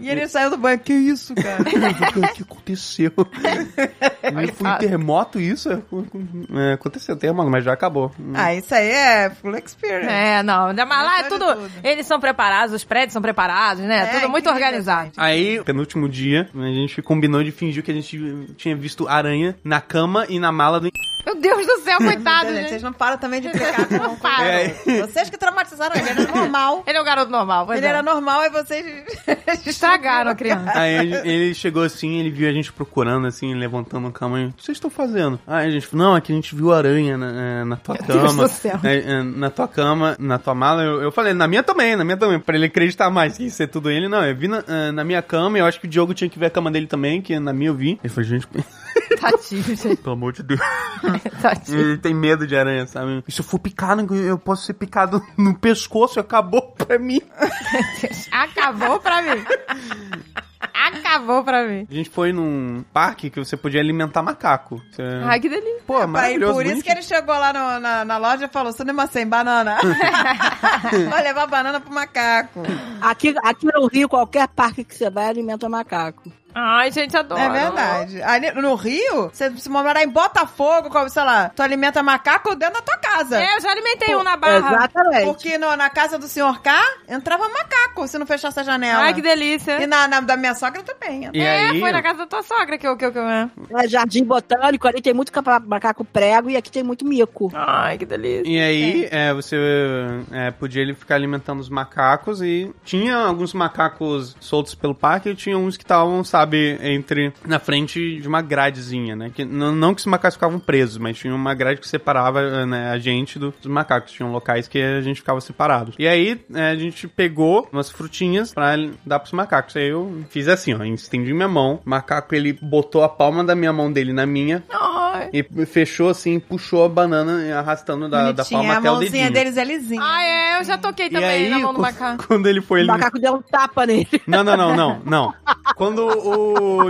S2: E ele saiu do banho. Que isso, cara?
S4: O que aconteceu? Não foi um terremoto isso? É, aconteceu terremoto, mas já acabou.
S2: ah, isso aí é full experience.
S1: Hum. É, não, ainda mais lá é
S2: Sabe
S1: tudo.
S2: tudo.
S1: Eles são preparados, os prédios são preparados, né?
S2: É,
S1: tudo muito
S2: incrível,
S1: organizado.
S4: Aí, penúltimo dia, a gente combinou de fingir que a gente tinha visto aranha na cama e na mala do.
S1: Meu Deus do céu, coitado,
S2: Gente,
S1: gente.
S2: Vocês não param também
S1: é
S2: de pecar. Não, não
S1: param.
S2: Vocês que traumatizaram ele. Ele era normal.
S1: Ele é um garoto normal, pois
S2: Ele
S1: é.
S2: era normal e vocês...
S1: Estragaram a criança.
S4: Aí ele- ele chegou assim, ele viu a gente procurando, assim, levantando a cama. e, O que vocês estão fazendo? Aí a gente falou, não, é que a gente viu aranha na, é, na tua
S1: Deus
S4: cama.
S1: do céu.
S4: É, é, na tua cama, na tua mala. Eu, eu falei, na minha também, na minha também. Pra ele acreditar mais que isso é tudo ele. Não, eu vi na, é, na minha cama, eu acho que o Diogo tinha que ver a cama dele também, que na minha eu vi. Ele falou, gente,
S1: Tadinho, gente.
S4: pelo amor de Deus.
S1: Tadinho.
S4: Ele tem medo de aranha, sabe? E se eu for picado, eu posso ser picado no pescoço, acabou pra mim.
S1: Acabou pra mim. Acabou pra mim.
S4: A gente foi num parque que você podia alimentar macaco. Você-
S1: Ai, que delícia.
S4: Pô, é
S2: Pai,
S4: maravilhoso.
S2: por isso que
S4: bonitinho.
S2: ele chegou lá no- na, na loja e falou: Cinema sem banana. Vou levar banana pro macaco.
S3: Aqui, aqui no Rio, qualquer parque que você vai alimenta macaco.
S1: Ai, gente, adoro.
S2: É verdade. Ali no Rio, você se morar em Botafogo, como, sei lá, tu alimenta macaco dentro da tua casa.
S1: É, eu já alimentei um na barra.
S3: Exatamente.
S2: Porque no- na casa do senhor K, entrava macaco se não fechasse a janela.
S1: Ai, que delícia.
S2: E na, na- da minha sogra também.
S4: E
S1: é,
S4: aí,
S1: foi na casa da tua sogra que eu... Que eu, que eu é.
S3: É jardim botânico, ali tem muito capa- macaco prego e aqui tem muito mico.
S1: Ai, que delícia.
S4: e aí é, você é, podia ele ficar alimentando os macacos e tinha alguns macacos soltos pelo parque e tinha uns que estavam, sabe, entre na frente de uma gradezinha, né? Que, não, não que os macacos ficavam presos, mas tinha uma grade que separava eh, né, a gente do- dos macacos. Tinham locais que a gente ficava separado. E aí eh, a gente pegou umas frutinhas pra dar pros macacos. Aí eu fiz assim, ó, estendi minha mão. O macaco ele botou a palma da minha mão dele na minha.
S1: Ai.
S4: E fechou assim, puxou a banana arrastando da, da
S2: Bonitinha,
S4: palma
S2: a
S4: até o
S2: mãozinha
S4: dedinho.
S2: deles é lisinha.
S1: Ai, é, eu já toquei
S4: e
S1: também
S4: aí,
S1: na mão do
S4: quando-
S1: macaco.
S4: quando ele foi
S3: O
S4: ele...
S3: macaco deu um tapa nele.
S4: Não, não, não, não, não. Quando o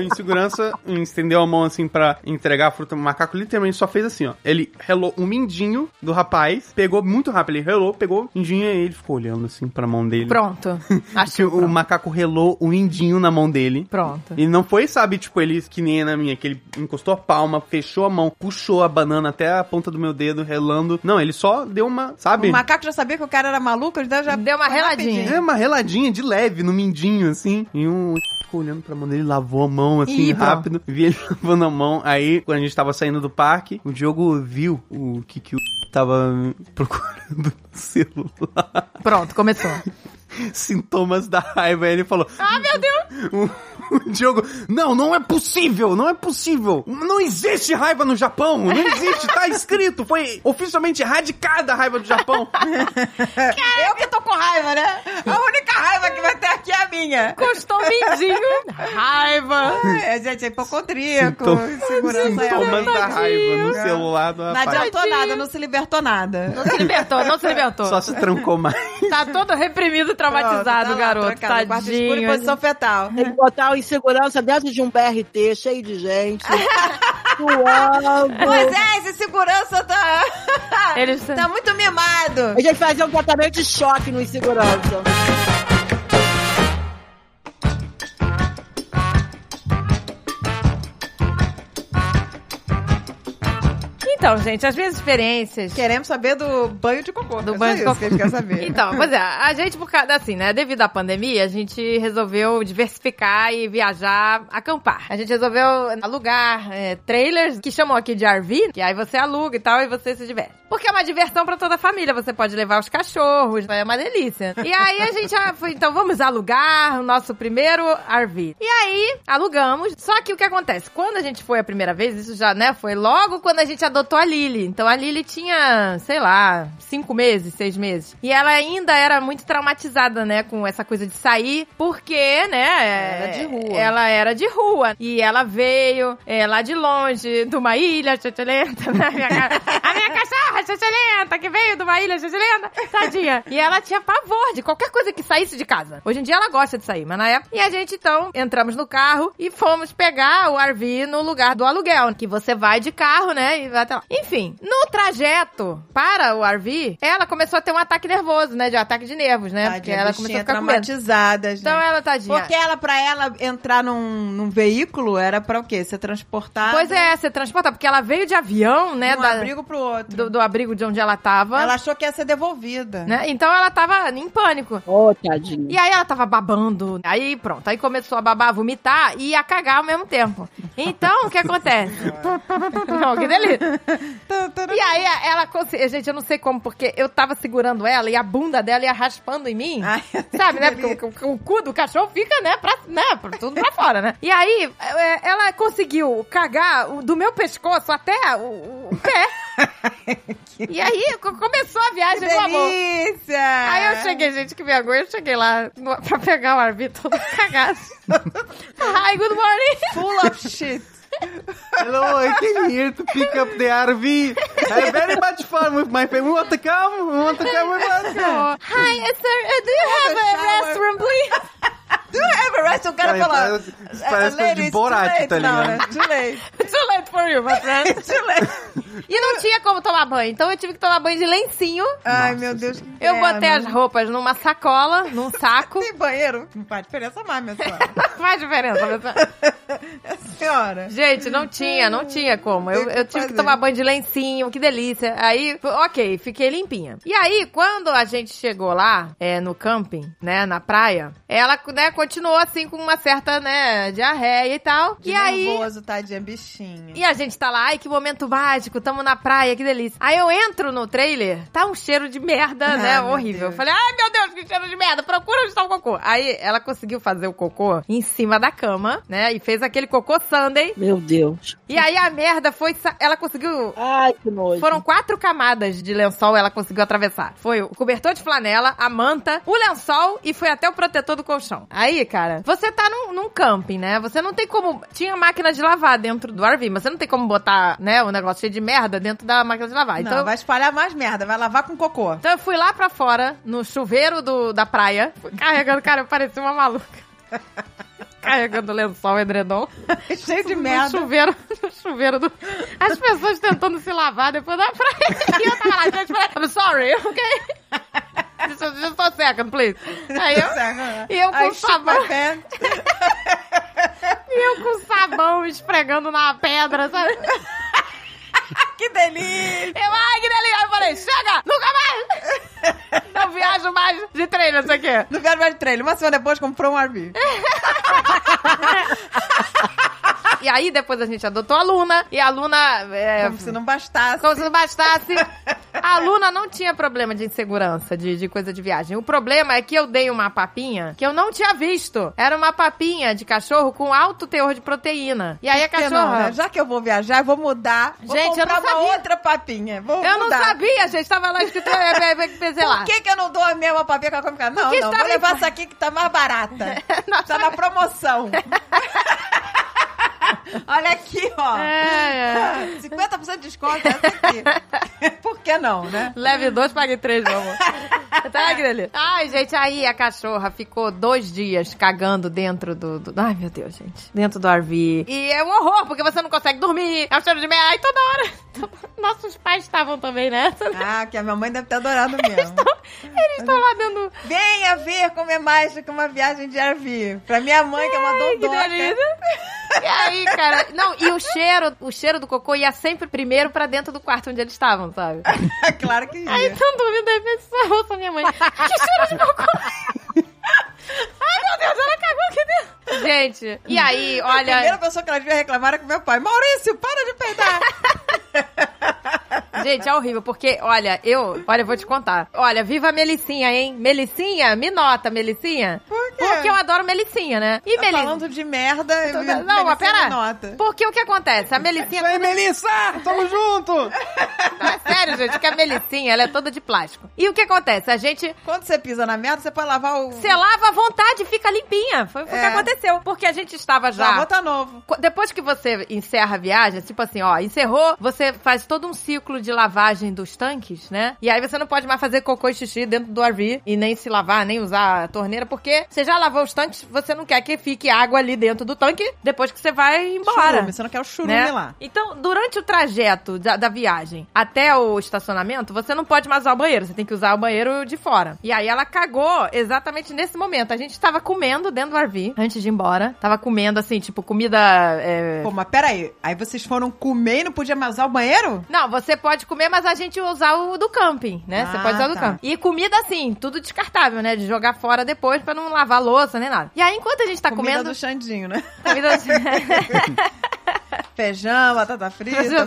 S4: insegurança estendeu a mão assim pra entregar a fruta pro macaco, literalmente só fez assim, ó. Ele relou um mindinho do rapaz, pegou muito rápido, ele relou, pegou o mindinho e ele ficou olhando assim pra mão dele.
S1: Pronto.
S4: Que
S1: Achei.
S4: o
S1: Pronto.
S4: macaco relou o mindinho na mão dele.
S1: Pronto.
S4: E não foi, sabe, tipo, ele que nem na minha, que ele encostou a palma, fechou a mão, puxou a banana até a ponta do meu dedo, relando. Não, ele só deu uma, sabe?
S2: O macaco já sabia que o cara era maluco, então já
S1: Deu uma reladinha.
S4: É, uma reladinha de leve no mindinho, assim. E um ficou olhando pra mão dele, lavou a mão, assim,
S1: Ih, pronto.
S4: rápido. Vi ele lavando a mão. Aí, quando a gente tava saindo do parque, o Diogo viu o que que o tava procurando no celular.
S1: Pronto, começou.
S4: Sintomas da raiva. Aí ele falou...
S1: Ah, meu Deus!
S4: O, o Diogo... Não, não é possível! Não é possível! Não existe raiva no Japão! Não existe! Tá escrito! Foi oficialmente erradicada a raiva do Japão!
S2: É, Eu que tô com raiva, né? A única raiva que vai ter aqui é a minha.
S1: Custou um mindinho. Raiva.
S2: É, gente, é hipocondríaco,
S4: Sintoma-
S2: insegurança. é
S4: Sintomas
S2: ruim.
S4: Então, da raiva no
S2: É.
S4: celular do
S2: Não
S4: rapaz.
S2: adiantou nada, não se libertou nada.
S1: Não se libertou, não se libertou.
S4: Só se trancou mais.
S1: Tá todo reprimido, traumatizado,
S2: Pronto, tá lá,
S1: garoto.
S2: trancado, no quarto escuro em
S1: Tadinho.
S2: posição fetal.
S3: Tem que botar o insegurança dentro de um BRT cheio de gente. suando.
S2: Pois é, esse segurança tá...
S1: Ele-
S2: tá muito mimado.
S3: A gente fazia um tratamento de choque no insegurança.
S1: Então, gente, as minhas experiências.
S2: Queremos saber do banho de cocô.
S1: Do
S2: é
S1: banho de
S2: só
S1: cocô.
S2: isso que a gente quer saber.
S1: Então, pois é, a gente, por causa, assim, né, devido à pandemia, a gente resolveu diversificar e viajar, acampar. A gente resolveu alugar é, trailers, que chamam aqui de RV, que aí você aluga e tal, e você se diverte. Porque é uma diversão pra toda a família, você pode levar os cachorros, é uma delícia. E aí a gente ah, foi, então vamos alugar o nosso primeiro RV. E aí, alugamos, só que o que acontece? Quando a gente foi a primeira vez, isso já, né, foi logo quando a gente adotou a Lily. Então a Lily tinha, sei lá, cinco meses, seis meses. E ela ainda era muito traumatizada, né, com essa coisa de sair, porque, né,
S2: Era de rua.
S1: ela era de rua. E ela veio é, lá de longe, de uma ilha tchotchelenta. né? A minha, ca- a minha cachorra tchotchelenta, que veio de uma ilha tchotchelenta. Tadinha. E ela tinha pavor de qualquer coisa que saísse de casa. Hoje em dia ela gosta de sair, mas na época... E a gente, então, entramos no carro e fomos pegar o RV no lugar do aluguel, que você vai de carro, né, e vai até lá. Enfim, no trajeto para o RV, ela começou a ter um ataque nervoso, né? De um ataque de nervos, né?
S2: Tadinha,
S1: Porque
S2: a
S1: ela
S2: bichinha
S1: começou a ficar com medo.
S2: traumatizada, gente.
S1: Então ela, tadinha.
S2: Porque é ela, pra ela entrar num, num veículo, era pra o quê? Ser transportada.
S1: Pois é, você transporta, porque ela veio de avião,
S2: de
S1: né?
S2: um
S1: da-
S2: né? abrigo pro outro.
S1: do, do abrigo de onde ela tava.
S2: Ela achou que ia ser devolvida.
S1: né? Então ela tava em pânico.
S3: Ô, tadinho.
S1: E aí ela tava babando. Aí pronto, aí começou a babar, a vomitar e a cagar ao mesmo tempo. Então, o que acontece? Não, que delícia. E aí ela conseguiu. Gente, eu não sei como, porque eu tava segurando ela e a bunda dela ia raspando em mim.
S2: Ai,
S1: Sabe, né? Porque o, o- o cu do cachorro fica, né, pra, né, pra- tudo pra fora, né? E aí, é, ela conseguiu cagar o- do meu pescoço até o, o pé. e aí, co- começou a
S2: Que
S1: viagem do amor.
S2: delícia!
S1: Aí eu cheguei, gente, que vergonha. Eu cheguei lá no- pra pegar o árbitro todo cagado. Hi, good morning.
S2: Full of shit.
S4: Hello, I came here to pick up the RV. I had very much fun with my family. Want to come? Want to come with
S1: É.
S4: us?
S1: Hi, sir, uh, do you have a
S2: shower.
S1: restroom, please?
S2: Do you ever rest? O cara
S4: Olha,
S2: falou.
S4: parece- parece coisa de
S2: "Ladies,
S4: Borat,
S2: too late,
S4: tá ligado?
S2: Laura, Too late. É
S1: Too late for you, my friend.
S2: Too late.
S1: E não tinha como tomar banho, então eu tive que tomar banho de lencinho.
S2: Ai, meu Deus. que
S1: Eu
S2: inferno.
S1: botei as roupas numa sacola, num saco.
S2: Tem banheiro? Não faz diferença mais, minha senhora.
S1: Faz diferença, né? pessoal.
S2: senhora.
S1: Gente, não tinha, não tinha como. Eu,
S2: Tem que
S1: eu tive que
S2: fazer.
S1: tomar banho de lencinho, que delícia. Aí, f- ok, fiquei limpinha. E aí, quando a gente chegou lá, é, no camping, né, na praia, ela, né, continuou assim com uma certa, né, diarreia e tal.
S2: Que
S1: e aí...
S2: nervoso, tadinha, bichinho.
S1: E a gente tá lá, ai, que momento mágico, tamo na praia, que delícia. Aí eu entro no trailer, tá um cheiro de merda,
S2: Ah,
S1: né?
S2: meu
S1: Horrível.
S2: Deus.
S1: Eu falei, ai meu Deus, que cheiro de merda, procura onde tá o cocô. Aí ela conseguiu fazer o cocô em cima da cama, né? E fez aquele cocô Sunday.
S3: Meu Deus.
S1: E aí a merda foi. sa- Ela conseguiu.
S3: Ai, que nojo.
S1: Foram quatro camadas de lençol ela conseguiu atravessar. Foi o cobertor de flanela, a manta, o lençol e foi até o protetor do colchão. Aí, cara, você tá num, num camping, né? Você não tem como. Tinha máquina de lavar dentro do RV, mas você não tem como botar, né, o negócio cheio de merda dentro da máquina de lavar.
S2: Não,
S1: Então,
S2: vai espalhar mais merda, vai lavar com cocô.
S1: então eu fui lá pra fora, no chuveiro do, da praia, fui carregando, cara, eu parecia uma maluca. Carregando lençol, edredom.
S2: Cheio de
S1: No
S2: merda.
S1: chuveiro, no chuveiro do... As pessoas tentando se lavar depois da praia. E eu tava lá, gente, falei, I'm sorry, ok? Just, just a um second, please. Aí
S2: um
S1: eu, e eu com
S2: Ai,
S1: sabão,
S2: né? chupa pé.
S1: e eu com sabão esfregando na pedra, sabe?
S2: Que delícia!
S1: Eu, ai, que delícia. Aí eu falei, chega, nunca mais! Não viajo mais de treino, isso aqui.
S2: Não quero mais de trailer. Uma semana depois comprou um RV.
S1: E aí depois a gente adotou a Luna, e a Luna... é,
S2: Como se não bastasse.
S1: Como se não bastasse. A Luna não tinha problema de insegurança, de, de coisa de viagem. O problema é que eu dei uma papinha que eu não tinha visto. Era uma papinha de cachorro com alto teor de proteína. E aí a
S2: Por que
S1: cachorra.
S2: não, né? Já que eu vou viajar, eu vou mudar. Vou
S1: é, Gente, eu
S2: comprar
S1: não
S2: uma
S1: sabia.
S2: outra papinha. Vou
S1: Eu não
S2: mudar.
S1: sabia, gente. Tava lá escrito. é, é, é, sei lá.
S2: Por que, que eu não dou a mesma papinha que a Comic Con? Não,
S1: Porque
S2: não.
S1: estava
S2: Vou levar
S1: em-
S2: essa aqui que tá mais barata.
S1: Não,
S2: tá na promoção. Olha aqui, ó.
S1: É, é.
S2: 50% de desconto é essa aqui. Por que não, né?
S1: Leve dois, pague três, meu amor. Tá, Grelha? Ai, gente, aí a cachorra ficou dois dias cagando dentro do, do- Ai, meu Deus, gente. Dentro do RV. E é um horror, porque você não consegue dormir. É um cheiro de meia. Ai, toda hora. Nossos pais estavam também nessa. né?
S2: Ah, que a minha mãe deve ter adorado mesmo.
S1: Então- Eles estão lá dentro...
S2: Venha ver como é mágico uma viagem de RV. Pra minha mãe, que é uma
S1: Ai, que
S2: dodona.
S1: delícia. E aí, cara... Não, e o cheiro, o cheiro do cocô ia sempre primeiro pra dentro do quarto onde eles estavam, sabe?
S2: né? claro que
S1: Aí né?
S2: ia.
S1: tão dormindo, de repente só ouço minha mãe. Que cheiro de cocô! Ai, meu Deus, ela cagou aqui dentro! Uhum. Gente, e aí,
S2: A primeira
S1: olha.
S2: pessoa que ela devia reclamar era com meu pai. Maurício, para de peidar!
S1: Gente, é horrível, porque, olha, eu. Olha, eu vou te contar. Olha, viva a Melicinha, hein? Melicinha, me nota, Melicinha.
S2: Por quê?
S1: Porque eu adoro Melicinha, né? E Melicinha.
S2: Tá Falando de merda, eu me-
S1: Não, mas
S2: Melissa
S1: pera.
S2: me nota.
S1: Porque o que acontece? A Melicinha.
S4: Isso aí, Melissa! Tamo junto!
S1: Não, é sério, gente, que a Melicinha, ela é toda de plástico. E o que acontece? A gente
S2: Quando você pisa na merda, você pode lavar o...
S1: Você lava à vontade, fica limpinha. Foi o que
S2: É.
S1: aconteceu. Porque a gente estava já.
S2: Lavou, tá novo.
S1: Qu- Depois que você encerra a viagem, tipo assim, ó, encerrou, você faz todo um ciclo de lavagem dos tanques, né? E aí você não pode mais fazer cocô e xixi dentro do RV e nem se lavar, nem usar a torneira, porque você já lavou os tanques, você não quer que fique água ali dentro do tanque depois que você vai embora.
S2: Churume, você não quer o churume
S1: né?
S2: lá.
S1: Então, durante o trajeto da, da viagem até o estacionamento, você não pode mais usar o banheiro, você tem que usar o banheiro de fora. E aí ela cagou exatamente nesse momento. A gente tava comendo dentro do RV, antes de ir embora. Tava comendo, assim, tipo, comida... é,
S2: Pô, mas peraí. Aí vocês foram comer e não podia mais usar o banheiro?
S1: Não, você pode comer, mas a gente usa o do camping, né? você
S2: Ah,
S1: pode usar o do
S2: tá.
S1: camping. E comida, assim, tudo descartável, né? De jogar fora depois pra não lavar louça nem nada. E aí, enquanto a gente tá
S2: Comida
S1: comendo...
S2: do Xandinho, né?
S1: Comida
S2: Feijão, batata frita,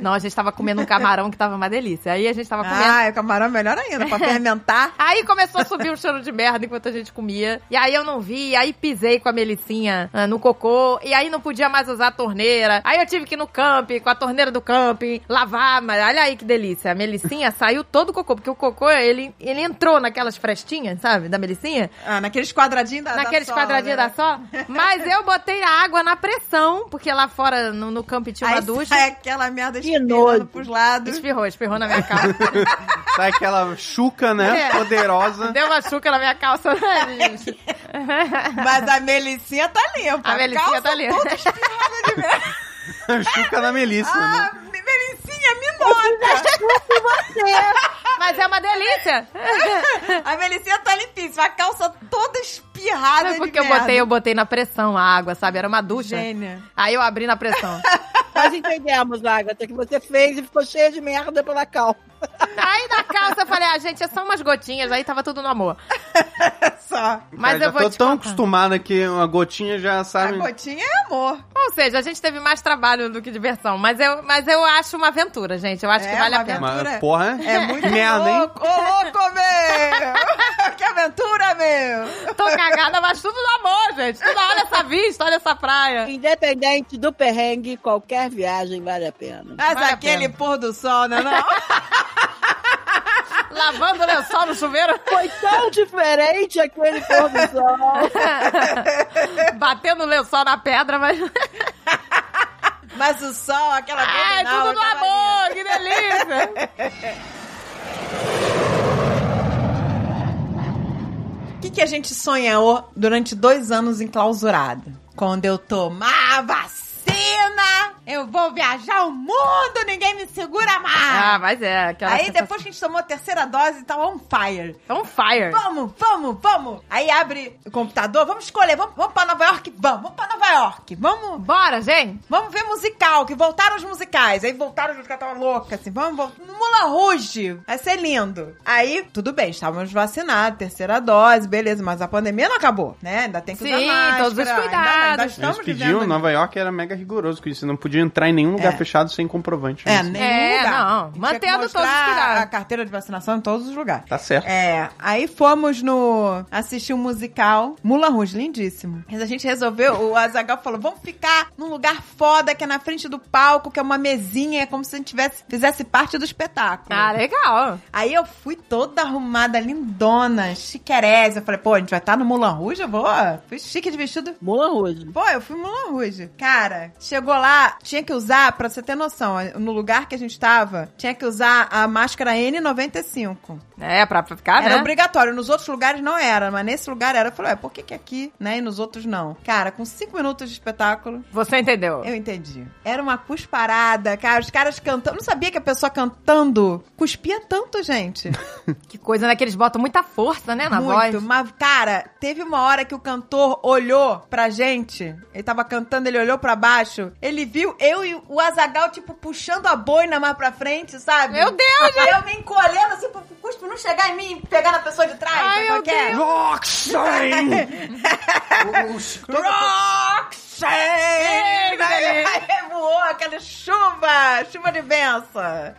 S1: Não, a gente tava comendo um camarão que tava uma delícia. Aí a gente tava comendo...
S2: Ah, o camarão é melhor ainda, pra fermentar.
S1: Aí começou a subir um cheiro de merda enquanto a gente comia. E aí eu não vi, aí pisei com a Melicinha ah, no cocô, e aí não podia mais usar a torneira. Aí eu tive que ir no camping, com a torneira do camping, lavar, mas olha aí que delícia. A Melicinha saiu todo o cocô, porque o cocô, ele, ele entrou naquelas frestinhas, sabe, da Melicinha.
S2: Ah, naqueles quadradinhos da da
S1: Naqueles
S2: sola,
S1: quadradinhos
S2: né?
S1: da só. Mas eu botei a água na pressão, porque lá fora no, no camping tinha uma
S2: Aí
S1: ducha.
S2: sai aquela merda
S3: Que
S2: espirrando
S3: nojo.
S2: pros lados.
S1: Espirrou, espirrou na minha calça.
S4: Sai Tá aquela chuca,
S1: É.
S4: né? Poderosa.
S1: Deu uma chuca na minha calça. né,
S2: Mas a Melicinha tá limpa.
S1: A Melicinha
S2: Calça
S1: tá ali.
S2: toda espirrada de merda.
S4: chuca da Melissa, né?
S2: Ah, Melicinha mimota.
S1: Mas é uma delícia.
S2: A Melicinha tá limpíssima. A calça toda espirrada
S1: Sabe
S2: de
S1: porque eu
S2: merda.
S1: botei, eu botei na pressão a água, sabe? Era uma ducha.
S2: Gênia.
S1: Aí eu abri na pressão.
S3: Nós entendemos, Agatha, que você fez e ficou cheia de merda pela calça.
S1: Aí na calça eu falei, ah, gente, é só umas gotinhas. Aí tava tudo no amor.
S2: Só.
S1: Mas
S4: Cara,
S1: eu vou
S4: já tô
S1: te
S4: tão
S1: contar.
S4: acostumada que uma gotinha já
S2: A
S4: sabe.
S2: gotinha é amor.
S1: Ou seja, a gente teve mais trabalho do que diversão. Mas eu, mas eu acho uma aventura, gente. Eu acho
S2: É
S1: que vale a
S2: uma
S1: pena.
S4: Mas,
S2: aventura.
S4: porra,
S2: É muito
S4: merda, hein?
S2: louco. Ô, louco, meu! que aventura, meu!
S1: Tô cagada, mas tudo no amor, gente. Tudo, olha essa vista, olha essa praia.
S3: Independente do perrengue, qualquer viagem vale a pena.
S2: Mas
S1: Vale a
S2: aquele
S1: pena.
S2: pôr do sol, né? Não?
S1: Lavando o lençol no chuveiro,
S3: Foi tão diferente aquele pôr do sol.
S1: batendo o lençol na pedra, mas.
S2: Mas o sol, aquela
S1: Ai,
S2: abdominal,
S1: tudo no
S2: aquela
S1: amor, que delícia!
S2: O que, que a gente sonhou durante dois anos enclausurado? Quando eu tomar a vacina, eu vou viajar o mundo, ninguém me segura
S1: Ah,
S2: mais.
S1: mas é. Aquela
S2: Aí
S1: sensação-
S2: depois que a gente tomou a terceira dose, tá on fire.
S1: É um fire.
S2: Vamos, vamos, vamos. Aí abre o computador, vamos escolher, vamos, vamos pra Nova York, vamos, vamos pra Nova York, vamos...
S1: Bora, gente!
S2: Vamos ver musical, que voltaram os musicais. Aí voltaram os musicais, tava louca, assim, vamos, vamos. Mula Rouge, vai ser lindo. Aí, tudo bem, estávamos vacinados, terceira dose, beleza, mas a pandemia não acabou, né? Ainda tem que usar
S1: Sim,
S2: máscara.
S1: todos os
S2: ainda- Ainda
S1: cuidados.
S2: estamos
S4: Eles
S2: vivendo...
S4: pediam, Nova York era mega rigoroso com isso. Você não podia entrar em nenhum lugar
S2: É.
S4: fechado sem comprovante.
S2: É,
S4: Isso.
S2: nenhum
S1: É,
S2: lugar.
S1: não.
S2: Tinha que
S1: Mantendo todos os
S2: mostrar
S1: cuidados.
S2: A carteira de vacinação em todos os lugares.
S4: Tá certo.
S2: É, aí fomos no assistir um musical, Mula Rouge, lindíssimo. Mas a gente resolveu, o Azagal falou, vamos ficar num lugar foda que é na frente do palco, que é uma mesinha, é como se a gente tivesse, fizesse parte do espetáculo.
S1: Ah, legal.
S2: Aí eu fui toda arrumada, lindona, chiquereza. Eu falei, pô, a gente vai estar no Mulan Rouge? Eu vou. Fui chique de vestido.
S3: Mula Rouge.
S2: Pô, eu fui Mulan Rouge. Cara, chegou lá, tinha que usar, pra você ter noção, no lugar que a gente tava, tinha que usar a máscara N95.
S1: É, pra pra ficar,
S2: era
S1: né?
S2: obrigatório. Nos outros lugares não era, mas nesse lugar era. Eu falei, ué, por que que aqui, né, e nos outros não? Cara, com cinco minutos de espetáculo,
S1: Você entendeu.
S2: eu entendi. Era uma cusparada, cara. Os caras cantando. Eu não sabia que a pessoa cantando cuspia tanto, gente.
S1: Que coisa, né? Que eles botam muita força, né, na
S2: Muito.
S1: voz.
S2: Mas, cara, teve uma hora que o cantor olhou pra gente. Ele tava cantando, ele olhou pra baixo. Ele viu eu e o Azagal, tipo, puxando a boina mais pra frente, sabe?
S1: Meu Deus,
S2: gente! Eu me encolhendo, assim, pro pro cuspo não chegar em mim, pegar na pessoa de trás.
S1: Ai,
S2: sabe qual
S1: meu
S2: que é?
S1: Deus.
S4: Roxane! Os-
S2: Roxane!
S1: Ei,
S2: Aí voou aquela chuva, chuva de benção.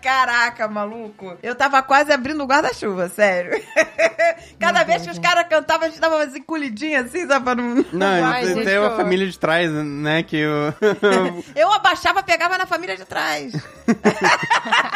S2: Caraca, maluco. Eu tava quase abrindo o guarda-chuva, sério. Cada vez que os caras cantavam, a gente dava umas encolhidinhas assim, sabe? Pra não...
S4: Não,
S1: Ai,
S4: tem-
S1: gente,
S4: tem
S1: que
S4: uma
S1: horror.
S4: família de trás, né? Que o...
S2: Eu abaixava, pegava na família de trás.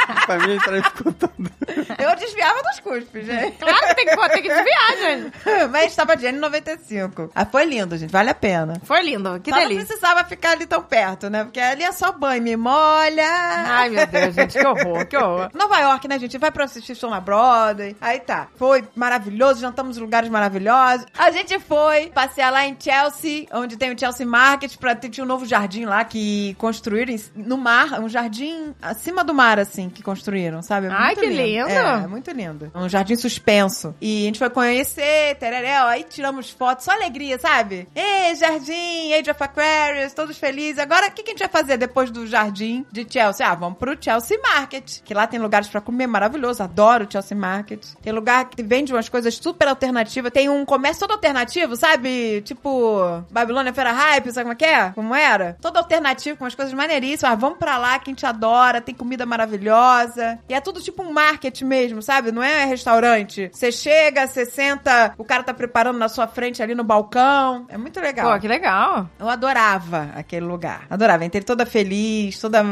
S4: a família de trás ficou toda.
S2: Eu desviava dos cuspes, gente.
S1: Claro que tem que, pô, tem que desviar, gente.
S2: Mas estava de N95. Ah, foi lindo, gente. Vale a pena.
S1: Foi lindo, que
S2: Só não
S1: delícia.
S2: precisava ficar ali tão perto, né? Porque ali é só banho, Ai, me molha.
S1: Ai, meu Deus, gente, que horror, que horror.
S2: Nova York, né, gente? Vai pra assistir show na Broadway. Aí tá. Foi maravilhoso, jantamos em lugares maravilhosos. A gente foi passear lá em Chelsea, onde tem o Chelsea Market, pra ter, tinha um novo jardim lá que construíram em- no mar. Um jardim acima do mar, assim, que construíram, sabe? É
S1: Ai,
S2: muito
S1: que lindo.
S2: É, é muito lindo. É um jardim suspenso. E a gente foi conhecer, tereréu, aí tiramos fotos, só alegria, sabe? Ei, jardim, Age of Aquarius, todos felizes. Agora, o que, que a gente vai fazer depois do jardim de Chelsea? Ah, vamos pro Chelsea Market, que lá tem lugares pra comer maravilhoso, adoro o Chelsea Market. Tem lugar que vende umas coisas super alternativas, tem um comércio todo alternativo, sabe? Tipo, Babilônia Fera Hype, sabe como é que é? Como era? Todo alternativo, com umas coisas maneiríssimas. Ah, vamos pra lá, que a gente adora, tem comida maravilhosa. E é tudo tipo um market mesmo, sabe? Não é restaurante. Você chega, você senta, o cara tá preparando na sua frente ali no balcão. É muito legal.
S1: Pô, que legal.
S2: Eu adorava aquele lugar. Adorava. Entrei toda feliz, toda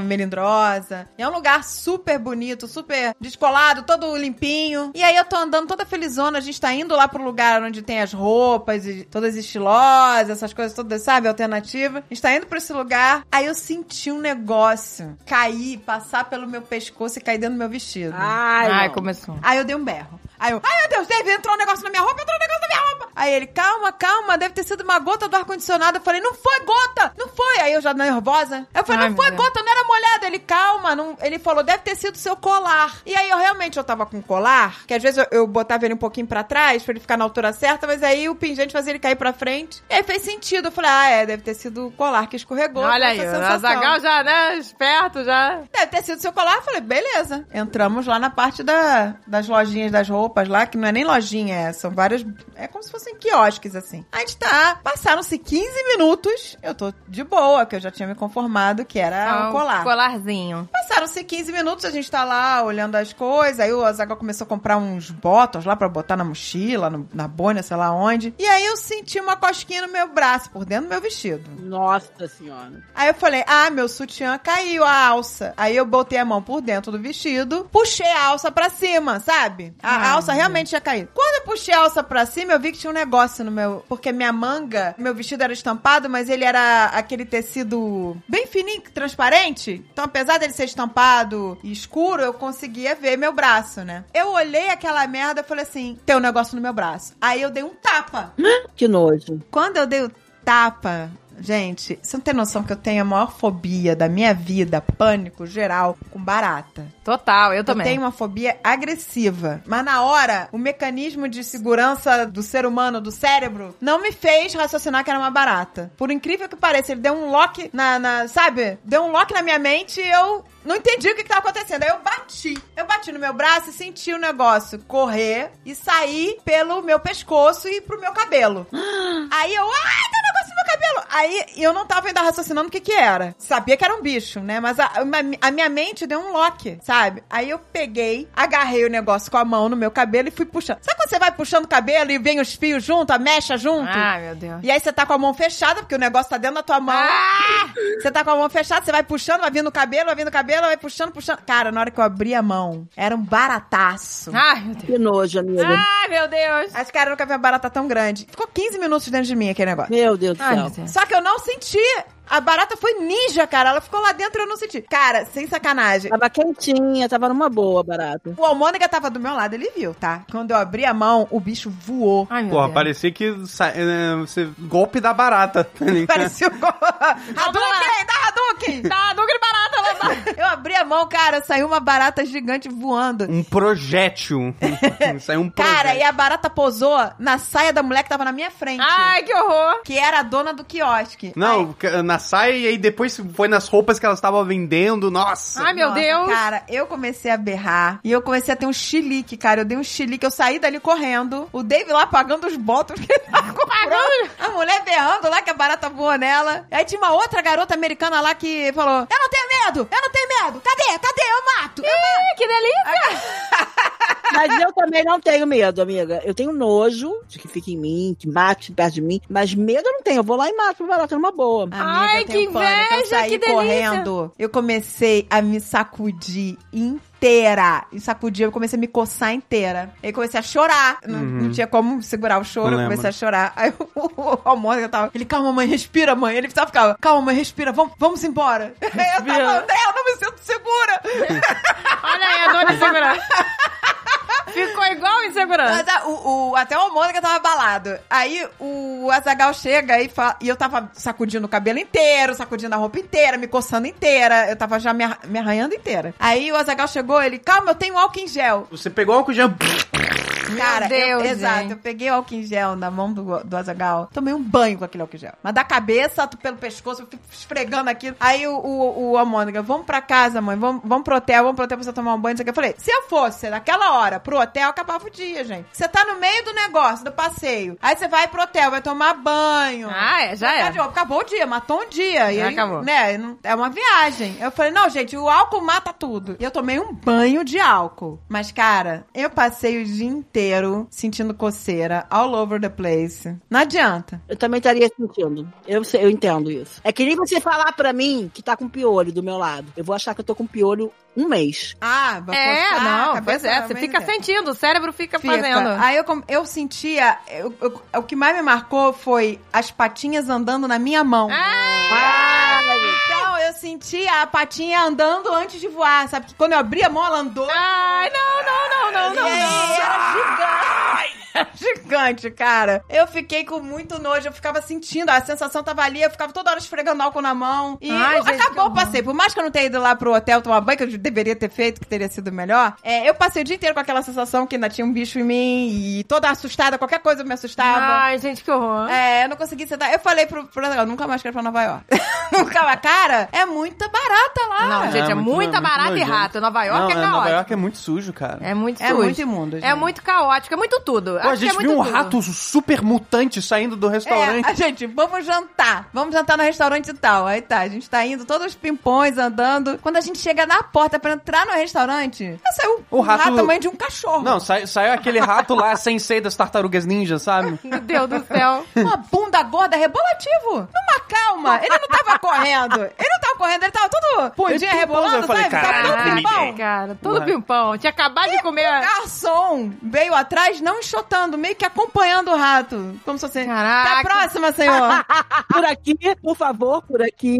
S2: melindrosa. E é um lugar super bonito, super descolado, todo limpinho. E aí eu tô andando toda felizona. A gente tá indo lá pro lugar onde tem as roupas, e todas estilosas, essas coisas todas, sabe? Alternativa. A gente tá indo pra esse lugar. Aí eu senti um negócio cair, passar pelo meu pescoço e cair dentro do meu vestido.
S3: Ai,
S1: Ai,
S3: não.
S1: começou.
S2: Aí eu dei um berro. Aí eu, ai meu Deus, David, entrou um negócio na minha roupa, entrou um negócio na minha roupa. Aí ele, calma, calma, deve ter sido uma gota do ar-condicionado. Eu falei, não foi gota, não foi. Aí eu já nervosa. Eu falei,
S1: Ai, meu
S2: não foi
S1: Deus.
S2: gota, não era molhado. Ele, calma, não... ele falou, deve ter sido seu colar. E aí eu realmente, eu tava com um colar, que às vezes eu, eu botava ele um pouquinho pra trás, pra ele ficar na altura certa, mas aí o pingente fazia ele cair pra frente. E aí fez sentido. Eu falei, ah, é, deve ter sido o colar que escorregou.
S1: Olha aí,
S2: essa
S1: o
S2: sensação.
S1: Azagal já, né, esperto já.
S2: Deve ter sido seu colar. Eu falei, beleza. Entramos lá na parte da, das lojinhas das roupas lá, que não é nem lojinha, é, são várias. É como se fossem quiosques, assim. A gente tá. Passaram-se 15 minutos. Eu tô de boa, que eu já tinha me conformado que era
S1: Ah,
S2: um colar.
S1: Colarzinho.
S2: Passaram-se 15 minutos, a gente tá lá olhando as coisas. Aí o Azaghal começou a comprar uns botões lá pra botar na mochila, no- na boina, sei lá onde. E aí eu senti uma cosquinha no meu braço, por dentro do meu vestido.
S3: Nossa senhora.
S2: Aí eu falei, ah, meu sutiã caiu, a alça. Aí eu botei a mão por dentro do vestido, puxei a alça pra cima, sabe? A
S1: Ah,
S2: alça realmente tinha caído. Quando eu puxei a alça pra cima, eu vi que tinha um negócio no meu... Porque minha manga, meu vestido era estampado, mas ele era aquele tecido bem fininho, transparente. Então, apesar dele ser estampado e escuro, eu conseguia ver meu braço, né? Eu olhei aquela merda e falei assim, tem um negócio no meu braço. Aí eu dei um tapa.
S3: Que nojo.
S2: Quando eu dei o tapa, gente, você não tem noção que eu tenho a maior fobia da minha vida, pânico geral, com barata.
S1: Total, eu também.
S2: Eu tenho um uma fobia agressiva. Mas na hora, o mecanismo de segurança do ser humano, do cérebro, não me fez raciocinar que era uma barata. Por incrível que pareça, ele deu um lock na, na- Sabe? Deu um lock na minha mente e eu. Não entendi o que, que tava acontecendo. Aí eu bati. Eu bati no meu braço e senti o negócio correr e sair pelo meu pescoço e pro meu cabelo. Aí eu, ai, tem um negócio no meu cabelo. Aí eu não tava ainda raciocinando o que que era. Sabia que era um bicho, né? Mas a, a minha mente deu um lock, sabe? Aí eu peguei, agarrei o negócio com a mão no meu cabelo e fui puxando. Sabe quando você vai puxando o cabelo e vem os fios junto, a mecha junto?
S1: Ai, meu Deus.
S2: E aí você tá com a mão fechada, porque o negócio tá dentro da tua mão.
S1: Ah.
S2: Você tá com a mão fechada, você vai puxando, vai vindo o cabelo, vai vindo o cabelo, vai puxando, puxando. Cara, na hora que eu abri a mão, era um barataço.
S1: Ai, meu Deus.
S3: Que nojo, amiga.
S1: Ai, meu Deus.
S2: Acho que cara eu nunca vi uma barata tão grande. Ficou 15 minutos dentro de mim aquele
S1: Ah.
S2: negócio.
S3: Meu Deus do
S1: Ai,
S3: céu.
S1: meu Deus.
S2: Só que eu não senti. A barata foi ninja, cara. Ela ficou lá dentro e eu não senti. Cara, sem sacanagem.
S3: Tava quentinha, tava numa boa, barata.
S2: O Almôndega tava do meu lado, ele viu, tá? Quando eu abri a mão, o bicho voou.
S1: Ai, meu
S4: Porra,
S1: Deus.
S4: parecia que sa- é, você, golpe da barata. tá ligado?
S2: Parecia um... Hadouken! Dá Hadouken!
S1: Tá, não grita barata, lá, lá.
S2: Eu abri a mão, cara, saiu uma barata gigante voando.
S4: Um projétil. Saiu um projétil.
S2: Cara, e a barata pousou na saia da mulher que tava na minha frente.
S1: Ai, que horror.
S2: Que era a dona do quiosque.
S4: Não, ca- na saia e aí depois foi nas roupas que elas estavam vendendo. Nossa!
S1: Ai, meu
S2: Nossa,
S1: Deus.
S2: Cara, eu comecei a berrar e eu comecei a ter um chilique, cara. Eu dei um chilique, eu saí dali correndo. O Dave lá pagando os botos que ele tava comprando. A mulher berrando lá que a barata voou nela. Aí tinha uma outra garota americana lá que falou: Eu não tenho medo, eu não tenho medo. Cadê? Cadê? Eu mato. Eu mato.
S1: Ih, que delícia.
S3: Mas eu também não tenho medo, amiga. Eu tenho nojo de que fique em mim, que mate perto de mim. Mas medo eu não tenho. Eu vou lá e mato pro barato numa boa.
S1: Ai,
S2: eu
S1: que
S2: tenho pânico. Eu
S1: inveja,
S2: saí
S1: que delícia.
S2: correndo. Eu comecei a me sacudir inteira. E sacudir, eu comecei a me coçar inteira. Aí comecei a chorar. Não,
S4: Uhum.
S2: não tinha como segurar o choro,
S4: Eu
S2: eu
S4: lembro.
S2: comecei a chorar. Aí o, o, o almoço eu tava. Ele, calma, mãe, respira, mãe. Ele precisava ficar, calma, mãe, respira, vamos, vamos embora. Aí eu
S1: Respira.
S2: tava, André, eu não me sinto segura.
S1: Olha aí, a dona de segurança. Ficou igual em segurança.
S2: Mas, ah, o, o- até o Almônica tava abalado. Aí o Azagal chega e fala. E eu tava sacudindo o cabelo inteiro, sacudindo a roupa inteira, me coçando inteira. Eu tava já me, arra- me arranhando inteira. Aí o Azagal chegou, ele, calma, eu tenho álcool em gel.
S4: Você pegou o álcool já.
S2: Cara, eu,
S1: Deus,
S2: exato.
S1: gente.
S2: Eu peguei o álcool em gel na mão do, do Azagal, tomei um banho com aquele álcool em gel. Mas da cabeça, tu- pelo pescoço, eu fico esfregando aquilo. Aí o, o, o Almônica, vamos pra casa, mãe, vamos, vamos pro hotel, vamos pro hotel pra você tomar um banho. não sei o quê. Eu falei, se eu fosse naquela hora pro hotel, acabava o dia, gente. Você tá no meio do negócio, do passeio. Aí você vai pro hotel, vai tomar banho.
S1: Ah, é, já
S2: Tá
S1: é.
S2: de roupa. Acabou o dia, matou um dia. e
S1: Já
S2: aí,
S1: acabou.
S2: Né, não- é uma viagem. Eu falei, não, gente, o álcool mata tudo. E eu tomei um banho de álcool. Mas, cara, eu passei o dia inteiro sentindo coceira all over the place. Não adianta.
S3: Eu também estaria sentindo. Eu, sei- eu entendo isso. É que nem você falar pra mim que tá com piolho do meu lado. Eu vou achar que eu tô com piolho um mês.
S2: Ah, vai
S1: É,
S2: coçar, a
S1: não,
S2: cabeça
S1: pois é.
S2: vai
S1: Você
S2: mais
S1: fica
S2: ideia.
S1: sentindo, o cérebro fica,
S2: Fica.
S1: fazendo.
S2: Aí eu, com- eu sentia. eu- eu- o que mais me marcou foi as patinhas andando na minha mão.
S1: Ah,
S2: Então, eu sentia a patinha andando antes de voar, sabe? Que quando eu abri a mão, ela andou.
S1: ai, não, não, não, não, não,
S2: E
S1: não.
S2: aí, Era gigante. Gigante, cara. Eu fiquei com muito nojo, eu ficava sentindo, a sensação tava ali, eu ficava toda hora esfregando álcool na mão. E
S1: Ai,
S2: eu-
S1: gente, que
S2: acabou o
S1: horror.
S2: passeio. Por mais que eu não tenha ido lá pro hotel tomar banho, que eu deveria ter feito, que teria sido melhor, é, eu passei o dia inteiro com aquela sensação que ainda tinha um bicho em mim e toda assustada, qualquer coisa eu me assustava.
S1: Ai, gente, que horror.
S2: É, eu não consegui sentar. Eu falei pro, pro eu nunca mais quero ir pra Nova York. nunca mais. Cara, é muita barata lá.
S1: Não, gente, é, muita barata e
S4: nojento.
S1: rato. Nova York
S4: Não,
S1: é caótico.
S4: Nova York é muito sujo, cara.
S1: É muito
S2: É
S1: sujo.
S2: muito imundo, gente.
S1: É muito caótico, é muito tudo.
S4: Pô, a
S1: Acho que é
S4: gente
S1: muito
S4: viu um
S1: tudo.
S4: rato super mutante saindo do
S2: É,
S4: restaurante.
S2: a gente, vamos jantar. Vamos jantar no restaurante e tal. Aí tá, a gente tá indo, todos os pimpões andando. Quando a gente chega na porta pra entrar no restaurante, aí saiu
S4: O
S2: um
S4: rato-
S2: rato, tamanho de um cachorro.
S4: Não, sai- saiu aquele rato lá sem ser das tartarugas ninja, sabe?
S1: Meu Deus do céu.
S2: Uma bunda gorda, rebolativo. Numa calma. Ele não tava correndo. Ele não tava correndo, ele tava todo bundinha
S4: pimpão,
S2: rebolando,
S4: eu falei,
S2: sabe? Tava
S4: caralho,
S2: todo
S4: que
S2: pimpão.
S4: Tá ninguém.
S1: Cara, tudo
S4: Porra.
S1: pimpão. Tinha acabado de comer. a-
S2: Garçom veio atrás, não enxotando, meio que acompanhando o rato. Como se fosse.
S1: Caraca.
S2: Até a próxima, senhor.
S3: Por aqui, por favor, por aqui.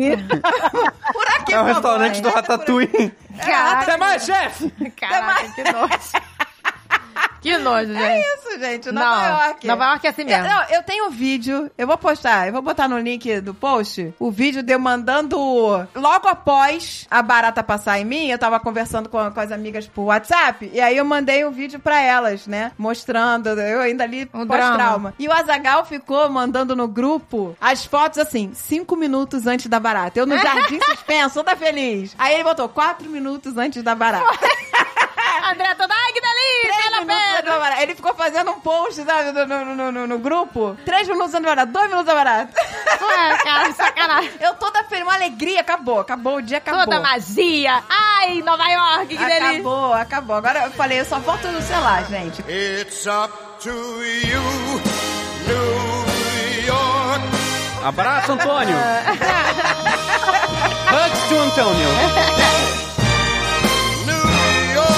S2: Por aqui,
S4: é o
S2: por favor.
S4: restaurante
S1: né?
S4: do
S2: Entra por
S4: Ratatouille.
S1: Caraca,
S4: Até mais, chefe!
S1: caraca, que nojo. Que nojo, gente.
S2: É isso, gente. Nova
S1: não,
S2: York.
S1: Nova York é assim
S2: Eu,
S1: mesmo.
S2: não, eu tenho o vídeo, eu vou postar, eu vou botar no link do post o vídeo de eu mandando. Logo após a barata passar em mim, eu tava conversando com, com as amigas por WhatsApp, e aí eu mandei um vídeo pra elas, né? Mostrando, eu ainda ali
S1: Um
S2: pós-trauma. E o Azagal ficou mandando no grupo as fotos assim, cinco minutos antes da barata. Eu no jardim suspenso, toda feliz. Aí ele botou quatro minutos antes da barata.
S1: André toda, ai, que delícia,
S2: é. Três
S1: ela
S2: minutos antes
S1: pedra.
S2: da barata. Ele ficou fazendo um post, sabe, no, no, no, no, no grupo. Três minutos antes da barata, dois minutos da barata.
S1: Ué, é, cara, sacanagem.
S2: Eu toda feliz, uma alegria, acabou, acabou, o dia acabou.
S1: Toda magia. Ai, Nova York, que delícia.
S2: Acabou, acabou. Agora eu falei, eu só volto no celular, gente.
S7: It's up to you, New York.
S4: Abraço, Antônio!
S1: É.
S4: Hugs to Antônio!
S7: New York.